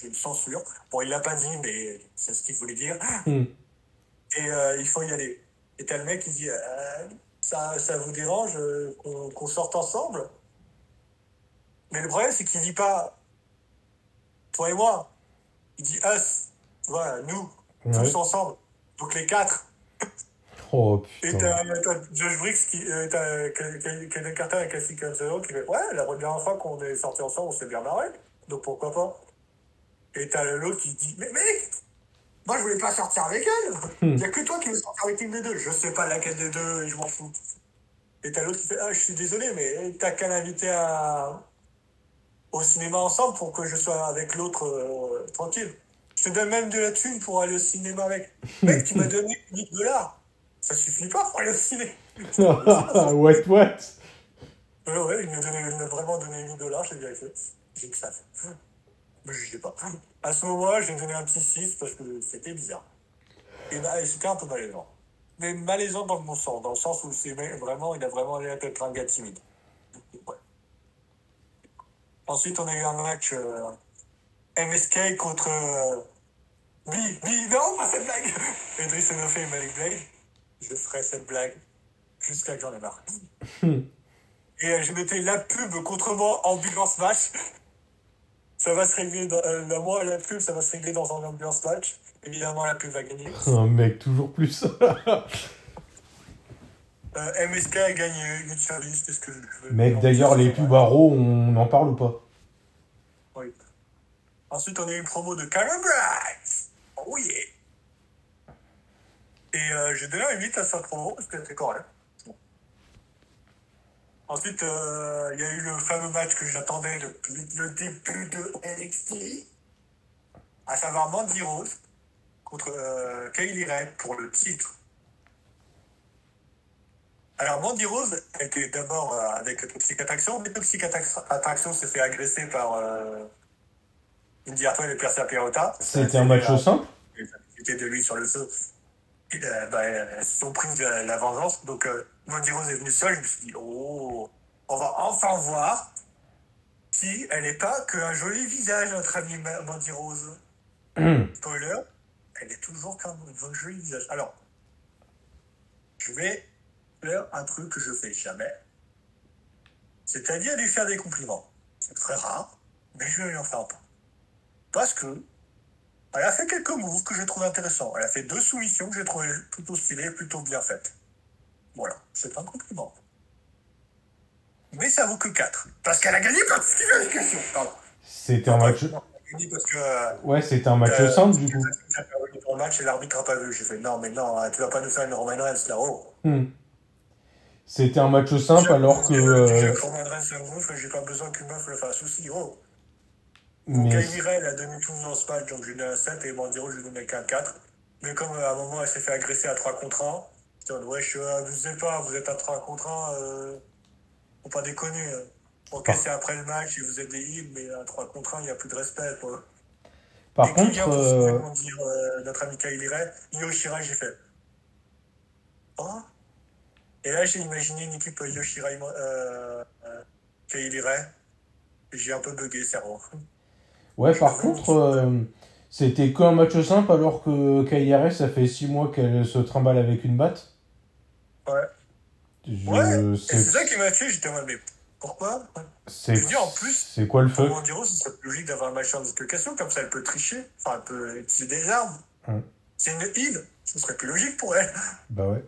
Je me censure. Bon, il l'a pas dit, mais c'est ce qu'il voulait dire.
Hmm.
Et euh, il faut y aller. Et t'as le mec qui dit, Euh, ça, ça vous dérange euh, qu'on qu'on sorte ensemble Mais le problème, c'est qu'il dit pas, toi et moi. Il dit us, tu vois, nous,
Ouais.
tous ensemble. Donc les quatre.
Oh
Et t'as
putain.
t'as Josh Briggs qui. Euh, t'as Ken- Ken- Kenneth Carter avec Cassie Cancelo qui fait Ouais, la dernière fois qu'on est sortis ensemble, on s'est bien marré. Donc pourquoi pas Et t'as l'autre qui dit Mais mec Moi je voulais pas sortir avec elle Il y a que toi qui veux sortir avec une des deux. Je sais pas laquelle des deux et je m'en fous. Et t'as l'autre qui fait Ah, je suis désolé, mais t'as qu'à l'inviter à... au cinéma ensemble pour que je sois avec l'autre euh, tranquille. Je te donne même de la thune pour aller au cinéma avec. Mec, tu m'as donné 8 dollars ça suffit pas pour aller au ciné.
what, what
Ouais, ouais, il m'a donné- il m'a vraiment donné 8 dollars, j'ai vérifié. J'ai que ça. Mais je sais pas. À ce moment-là, j'ai donné un petit 6 parce que c'était bizarre. Et bah, et c'était un peu malaisant. Mais malaisant dans le bon sens, dans le sens où c'est vrai- vraiment, il a vraiment l'air d'être un gars timide. Ouais. Ensuite, on a eu un match euh, MSK contre. euh, Bi, Bi, non, pas cette blague Edris Enofé et Malik Blake. Je ferai cette blague jusqu'à que j'en ai marre. Et euh, je mettais la pub contre moi ambulance match. Ça va se régler dans euh, la- moi la pub, ça va se régler dans un ambulance match. Évidemment la pub va gagner.
Un mec, toujours plus.
Euh, MSK a gagné une service parce que je veux-
mec, d'ailleurs, les pubs à Raw, on en parle ou pas
Oui. Ensuite on a eu une promo de Karen Brax. Oh yeah. Et euh, j'ai donné un 8 à sa promo parce que c'était correct. Ensuite, euh, il y a eu le fameux match que j'attendais depuis le début de NXT, à savoir Mandy Rose contre euh, Kylie Ray pour le titre. Alors Mandy Rose était d'abord euh, avec Toxic Attraction, mais Toxic Attac- Attraction s'est fait agresser par euh, Indy Hartwell et Persia Perota.
C'était un match
Euh,
simple
était de lui sur le feu. Et, euh, bah, elles se sont prises de la, la vengeance. Donc, euh, Mandy Rose est venue seule. Je me suis dit, oh, on va enfin voir qui, elle n'est pas qu'un joli visage, notre amie Ma- Mandy Rose. Spoiler, elle est toujours qu'un un joli visage. Alors, je vais faire un truc que je fais jamais. C'est-à-dire lui faire des compliments. C'est très rare, mais je vais lui en faire pas. Parce que, elle a fait quelques moves que j'ai trouvé intéressants. Elle a fait deux soumissions que j'ai trouvées plutôt stylées, plutôt bien faites. Voilà, c'est un compliment. Mais ça vaut que 4. Parce qu'elle a gagné par disqualification. Pardon.
C'était un match.
Elle a gagné parce que. euh,
Ouais, c'était un match
euh,
simple du coup.
t'as perdu ton match et l'arbitre n'a pas vu. J'ai fait non, mais non, hein, tu vas pas nous faire une Roman Reigns là-haut.
Hmm. C'était un match simple alors que. euh,
Roman Reigns, c'est un ouf, j'ai pas besoin qu'une meuf le fasse aussi. Oh. Donc,
mais
Kylie Ray, elle a demi-tour dans ce match, donc je lui donne un 7 et Mandiro, je lui donne qu'un 4. Mais comme euh, à un moment, elle s'est fait agresser à 3 contre 1, je dis, wesh, euh, abusez pas, vous êtes à 3 contre 1, euh, faut pas déconner. euh. Ok,
Ah.
c'est après le match, il vous êtes des hymnes, mais à 3 contre 1, il n'y a plus de respect. Quoi.
par
Dès qu'il
contre,
vient pour
euh,
soutenir, dire, euh, notre ami Kylie Ray, Yoshira, j'ai fait. Oh Et là, j'ai imaginé une équipe Yoshira et euh, euh, Kylie Ray. J'ai un peu bugué, cerveau.
ouais, par contre, euh, c'était qu'un match simple alors que KIRS, ça fait 6 mois qu'elle se trimballe avec une batte.
Ouais.
Je-
Ouais, Et c'est ça
c'est-
qui m'a tué, j'étais en mode, mais pourquoi
c'est-
je veux dire, en plus,
C'est quoi le feu
Pour Mandiro, ce serait plus logique d'avoir un match en dislocation, comme ça elle peut tricher, enfin elle peut utiliser des armes.
Hum.
C'est une île, ce serait plus logique pour elle.
Bah ouais.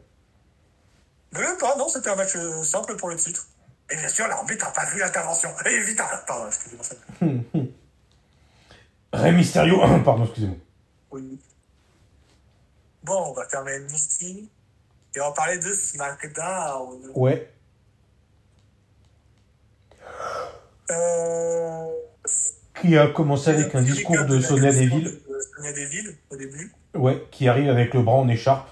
Mais même pas, non, c'était un match euh, simple pour le titre. Et bien sûr, l'arbitre n'a pas vu l'intervention. Et vite, ah, pardon, excusez-moi. ça-
Rey Mysterio, pardon, excusez-moi.
Oui. Bon, on va fermer Misty et on va parler de SmackDown.
Ouais,
Euh...
qui a commencé avec un discours de Sonia Deville.
De Sonia Deville, au début.
Ouais, qui arrive avec le bras en écharpe,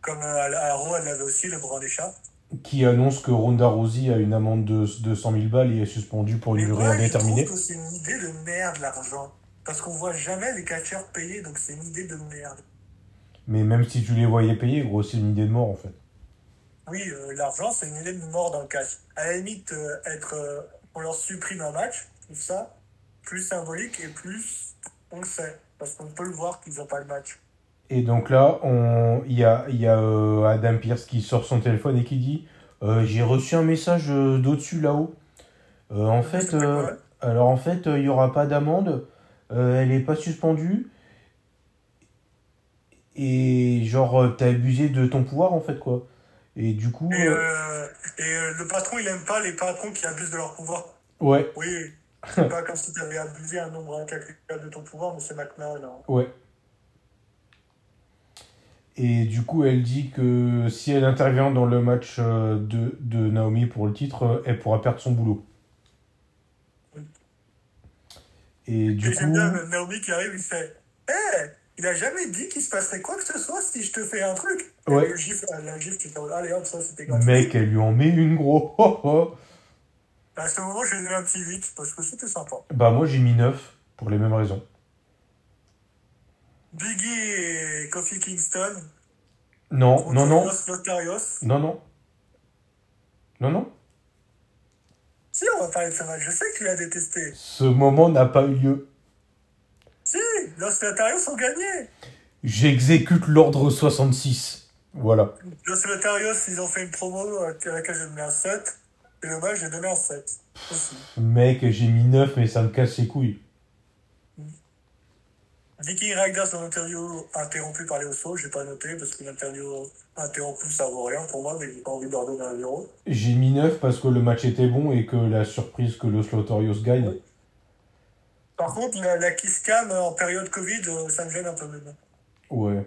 Comme euh, à, la- à Raw, elle l'avait aussi, le bras des chats.
qui annonce que Ronda Rousey a une amende de 200 000 balles et est suspendue pour une
Mais
durée
moi, Je
indéterminée.
trouve que c'est une idée de merde, l'argent. Parce qu'on voit jamais les catcheurs payer, donc c'est une idée de merde.
Mais même si tu les voyais payer, gros, c'est une idée de mort en fait.
Oui, euh, l'argent, c'est une idée de mort dans le cash. À la limite, euh, être, euh, on leur supprime un match, tout ça, plus symbolique et plus on le sait. Parce qu'on peut le voir qu'ils n'ont pas le match.
Et donc là, on- il y a, il y a, euh, Adam Pierce qui sort son téléphone et qui dit euh, J'ai reçu un message euh, d'au-dessus là-haut. Euh, en fait, euh, alors en fait, euh, il n'y aura pas d'amende. euh, elle n'est pas suspendue. Et genre, euh, t'as abusé de ton pouvoir en fait quoi. Et du coup,
Et,
euh,
euh, et, euh, le patron, il aime pas les patrons qui abusent de leur pouvoir.
ouais,
Oui, c'est pas comme si tu avais abusé un nombre incalculable de ton pouvoir, mais c'est McMahon. hein.
ouais. Et du coup, elle dit que si elle intervient dans le match euh, de, de Naomi pour le titre, euh, elle pourra perdre son boulot.
Oui.
Et du
Et j'aime
coup,
bien le Naomi qui arrive, il fait Hé Il a jamais dit qu'il se passerait quoi que ce soit si je te fais un truc
Ouais.
Et le gif, euh, La gif, tu fais Allez hop, ça c'était grave.
mec, elle lui en met une gros. Oh, oh.
Bah, À ce moment, je lui ai donné un petit 8 parce que c'était sympa.
Bah, moi, j'ai mis 9 pour les mêmes raisons.
Biggie et Kofi Kingston.
Non, non, non,
Los Lotarios.
non, non. Non, non.
Si, on va parler de ce match. Je sais que tu l'as détesté.
Ce moment n'a pas eu lieu.
Si, Los Lotarios ont gagné.
J'exécute l'ordre 66. Voilà.
Los Lotarios, ils ont fait une promo euh, à laquelle j'ai donné un 7. Et le match, j'ai donné un 7. Aussi.
Mec, j'ai mis 9, mais ça me casse les couilles.
Vicky Ryder, son interview interrompue par les Osso, j'ai pas noté parce que l'interview interrompue ça vaut rien pour moi, mais j'ai pas envie de leur donner un zéro.
J'ai mis 9 parce que le match était bon et que la surprise que le Slotorios gagne.
Par contre, la, la kiss cam euh, en période Covid, euh, ça me gêne un peu même.
Ouais.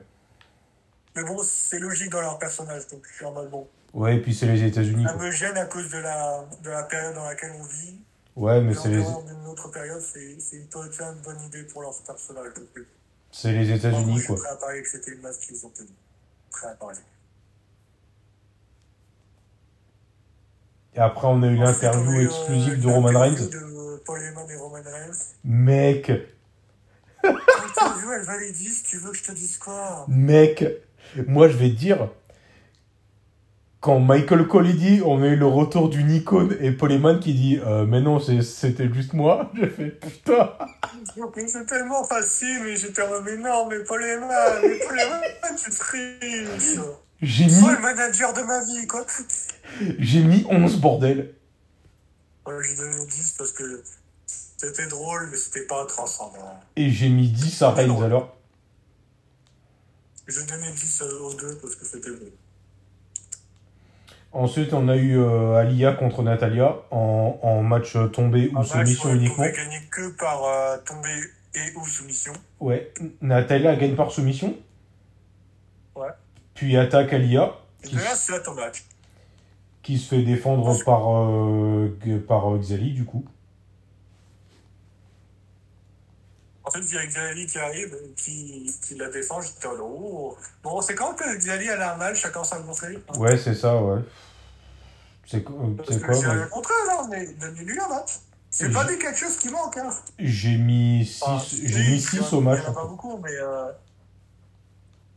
Mais bon, c'est logique dans leur personnage, donc je suis en mode bon.
Ouais, et puis c'est les États-Unis.
Ça
quoi.
me gêne à cause de la, de la période dans laquelle on vit.
Ouais, mais
Et en
c'est les,
dehors d'une autre période, c'est c'est totalement une bonne idée pour leur personnage. Donc, euh,
c'est les
par contre,
États-Unis,
je suis
quoi.
prêt à parier que c'était une masse qu'ils ont tenue. Prêt à parier.
Et après, on a eu
Ensuite, on a
l'interview
eu, euh,
exclusive de
l'interview
Roman Reigns.
De Paul Heyman et Roman Reigns.
Mec,
L'interview, elle valait 10, tu veux que je te dise quoi
mec, moi je vais te dire, quand Michael Cole dit on a eu le retour d'une icône et Paul Heyman qui dit euh, mais non c'est- c'était juste moi j'ai fait putain
Mais c'est tellement facile, mais j'étais en mode, mais non, mais Paul Heyman, mais Paul Heyman, tu triches.
j'ai
Sois le
mis
manager de ma vie, quoi.
j'ai mis 11 bordel
Ouais, J'ai donné 10 parce que c'était drôle, mais c'était pas transcendant.
et j'ai mis 10 à Reigns alors
J'ai donné 10 aux deux parce que c'était bon.
ensuite on a eu euh, Alia contre Natalia en, en match euh, tombé
Ah, bah,
ou soumission uniquement
pouvait gagner que par euh, tomber et ou soumission.
ouais Natalia gagne par soumission
Ouais.
puis attaque Alia
Et
qui,
de là, c'est là ton match.
qui se fait défendre par euh, G- par euh, Xali du coup
Ensuite, il y a Xali qui arrive, qui, qui la défend. J'étais en oh. Bon, c'est quand que Xali elle a un match, chacun sa montrer
ouais c'est ça ouais c'est quoi-
Parce
c'est
que
quoi
c'est
ouais.
le contraire, hein, là, mais donnez-lui un match. C'est
Oui.
pas des quelque chose qui manque, hein.
J'ai mis 6
Enfin,
j'ai mis
si,
six
tu vois,
au match.
Il y en a pas beaucoup, mais euh,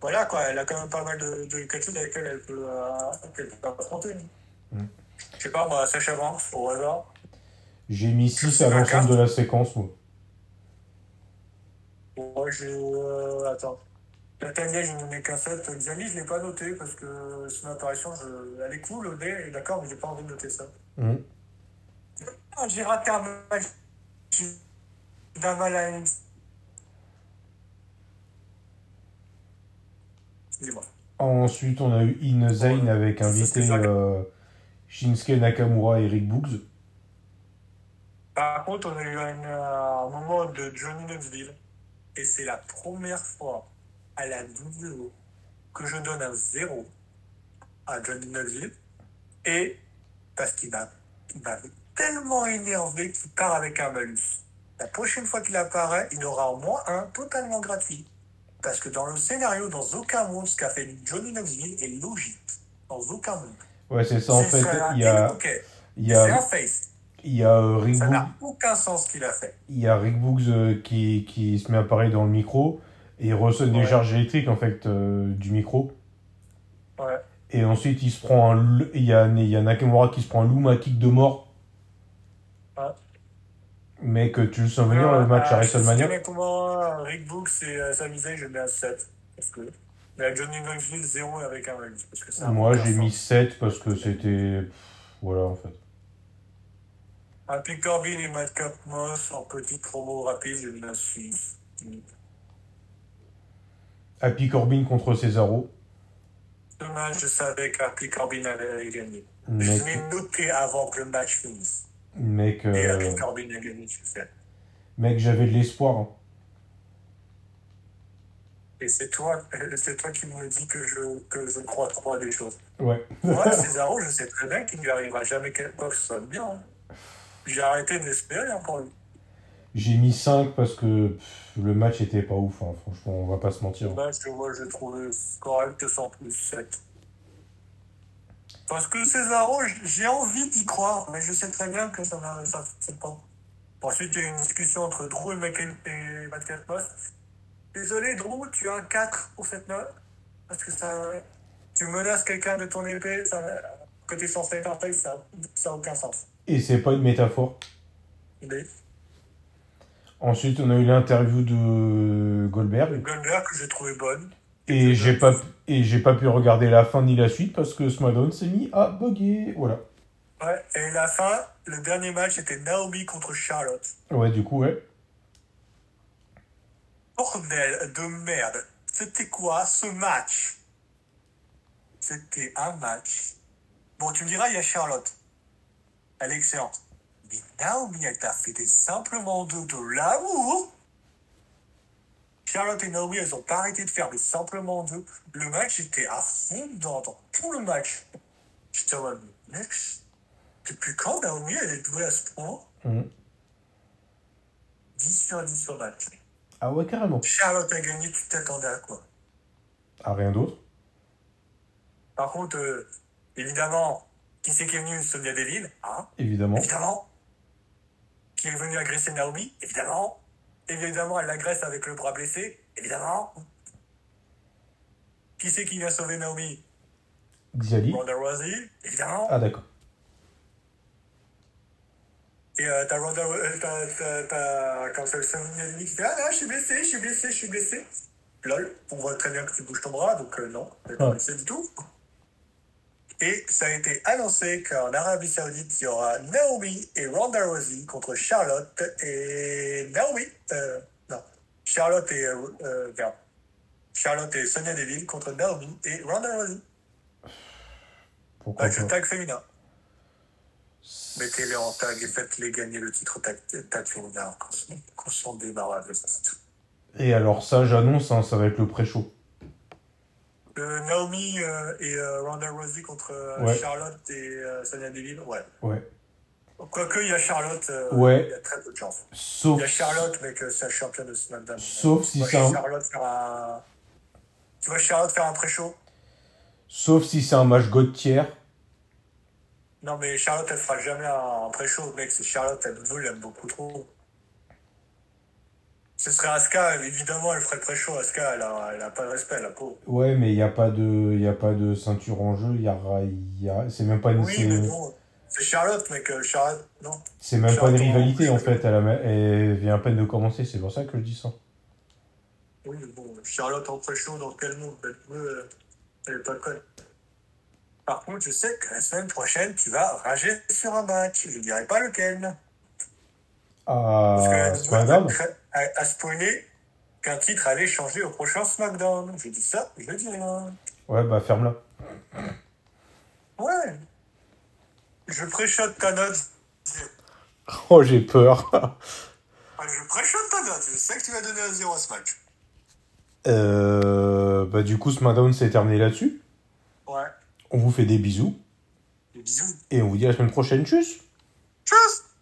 voilà quoi, elle a quand même pas mal de, de quelque chose avec lesquelles elle peut, euh, qu'elle peut affronter.
Mm.
Je sais pas, moi, Sacha Banks, au hasard.
J'ai mis 6 à
La
l'ensemble
carte.
de la séquence, moi.
Moi, j'ai. Euh, attends. Natalia, je n'en ai qu'un sept. Xali, je l'ai pas noté parce que son apparition, je... elle est cool, mais d'accord, mais j'ai pas envie de noter ça.
Mm.
Ah, J'ai raté un match d'un mal à une. Excusez-moi.
Ensuite, on a eu In Zayn avec
Ça,
invité
c'est ça.
euh, Shinsuke Nakamura et Rick Boogs.
Par contre, on a eu un, euh, un moment de Johnny Knoxville, et c'est la première fois à la vidéo que je donne un zéro à Johnny Knoxville, et parce qu'il m'a il m'avait tellement énervé qu'il part avec un malus. La prochaine fois qu'il apparaît, il aura au moins un totalement gratuit. Parce que dans le scénario, dans aucun monde, ce qu'a fait Johnny Knoxville est logique. Dans aucun monde.
Ouais, c'est ça, en
C'est
fait.
ça,
Il y a,
ok.
il y
C'est un
a,
face.
il y a, euh, Rick
Ça
Boogs-
n'a aucun sens ce qu'il a fait.
il y a Rick Boogs euh, qui, qui se met à parler dans le micro et reçoit des
Ouais.
charges électriques, en fait, euh, du micro.
Ouais.
Et ensuite, il se prend un, l- il y a, il y a Nakamura qui se prend un Luma kick de mort.
Ouais.
Mais que tu le sens venir, le match
bah,
à WrestleMania.
Ah, Je comment Rick Books et euh, Sami Zayn, je mets à 7. Parce que. Mais à Johnny Knoxville, 0 avec un malus. Parce que ça a
Moi,
aucun
j'ai
sens.
mis 7 parce que c'était. pff, Voilà, en fait.
Un Pick Corbin Ah, et Matt Cup Moss en petite promo rapide, je mets à 6.
Happy Corbin contre Cesaro.
Ce match, je savais qu'Happy Corbin allait gagner.
Mec,
Je l'ai noté avant que le match finisse.
mec,
Et
euh,
Happy Corbin a gagné, tu sais.
mec j'avais de l'espoir. hein.
Et c'est toi, euh, c'est toi qui me dis que je, que je crois trop à des choses.
Ouais.
Moi, Césaro, je sais très bien qu'il n'y arrivera jamais quelque chose soit bien. hein. J'ai arrêté d'espérer hein, pour lui.
J'ai mis 5 parce que pff, le match était pas ouf, hein, franchement, on va pas se mentir.
Dommage que moi, je trouve correct sans plus 7. Parce que Césaro, j'ai envie d'y croire, mais je sais très bien que ça ne ça, fonctionne pas. Ensuite, il y a eu une discussion entre Drew et Michael et Matt Boss. Désolé, Drew, tu as un 4 pour cette note. Parce que ça. Tu menaces quelqu'un de ton épée, ça, que tu es censé faire face, ça ça n'a aucun sens.
Et c'est pas une métaphore.
Mais-
Ensuite, on a eu l'interview de Goldberg.
Gunner que j'ai trouvé bonne.
Et j'ai pas, et j'ai pas pu regarder la fin ni la suite parce que SmackDown s'est mis à bugger. Voilà.
Ouais, et la fin, le dernier match était Naomi contre Charlotte.
Ouais, du coup, ouais.
Bordel de merde. C'était quoi ce match C'était un match. Bon, tu me diras, il y a Charlotte. Elle est excellente. Mais Naomi, elle t'a fait des simplement deux de l'amour. Charlotte et Naomi, elles ont pas arrêté de faire des simplement deux. Le match était à fond dans, dans tout le match. J'étais en mode, mec, depuis quand Naomi, elle est douée à ce point
Mhm.
10 sur 10 sur match.
Ah ouais, carrément.
Charlotte a gagné, tu t'attendais à quoi
Ah, rien d'autre.
Par contre, euh, évidemment, qui c'est qui est venu Sonia Deville hein
Évidemment.
Évidemment. Qui est venu agresser Naomi Évidemment. Évidemment, elle l'agresse avec le bras blessé Évidemment. Qui c'est qui vient sauver Naomi
Xiali.
Ronda Rousey, évidemment.
Ah, d'accord.
Et euh, t'as Ronda, euh, t'as, t'as, t'as, quand ça le samedi demi qui fait Ah non, je suis blessé, je suis blessé, je suis blessé. Lol, on voit très bien que tu bouges ton bras, donc euh, non, t'es pas
Ah.
blessé du tout. Et ça a été annoncé qu'en Arabie Saoudite, il y aura Naomi et Ronda Rousey contre Charlotte et Naomi. Euh, non, Charlotte et. Euh, euh, merde. Charlotte et Sonia Deville contre Naomi et Ronda Rousey.
Pourquoi
Avec le
pas
tag féminin. Mettez-les en tag et faites-les gagner le titre tag, tag féminin. Qu'on s'en- Qu'on s'en débarrasse de ça.
Et alors, ça, j'annonce, hein, ça va être le pré-show.
Euh, Naomi euh, et euh, Ronda Rousey contre euh,
Ouais.
Charlotte et euh, Sonia Deville, ouais.
Ouais.
Quoique, il y a Charlotte, euh,
Ouais.
il y a très peu de chance. Il
Sauf.
y a Charlotte, mais que c'est la championne de SmackDown.
Sauf si
Moi,
c'est un-
Charlotte faire un... Tu vois Charlotte faire un pré-show
Sauf si c'est un match God tier.
Non, mais Charlotte, elle fera jamais un, un pré-show, mec. C'est Charlotte, elle nous l'aime beaucoup trop. Ce serait Asuka, évidemment, elle ferait le pré-show. Asuka, elle a, elle a pas de respect, la peau.
Ouais, mais il n'y a, pas de- y a pas de ceinture en jeu. Y a, y a- c'est même pas une,
Oui,
c'est-
mais non. C'est Charlotte, mec. euh, Charlotte, non.
c'est même pas une
Charlotte,
rivalité en
c'est-
fait. Elle, a- elle vient à peine de commencer. C'est pour ça que je dis ça.
Oui, mais bon, Charlotte en pré-show, dans quel monde Elle peut, euh, Elle est pas conne. Par contre, je sais que la semaine prochaine, tu vas rager sur un match. Je ne dirai pas lequel. Parce que
Ah,
la
c'est pas grave.
nouvelle a, a spoilé qu'un titre allait changer au prochain SmackDown. Je dis ça, je dis rien.
Ouais, bah ferme-la.
Ouais. Je préchote ta note.
Oh, j'ai peur.
Ah, Je préchote ta note. Je sais que tu vas donner un zéro à ce match.
Euh, bah, du coup, SmackDown, c'est terminé là-dessus.
Ouais.
On vous fait des bisous
Des bisous.
et on vous dit à la semaine prochaine. Tchuss!
Tchuss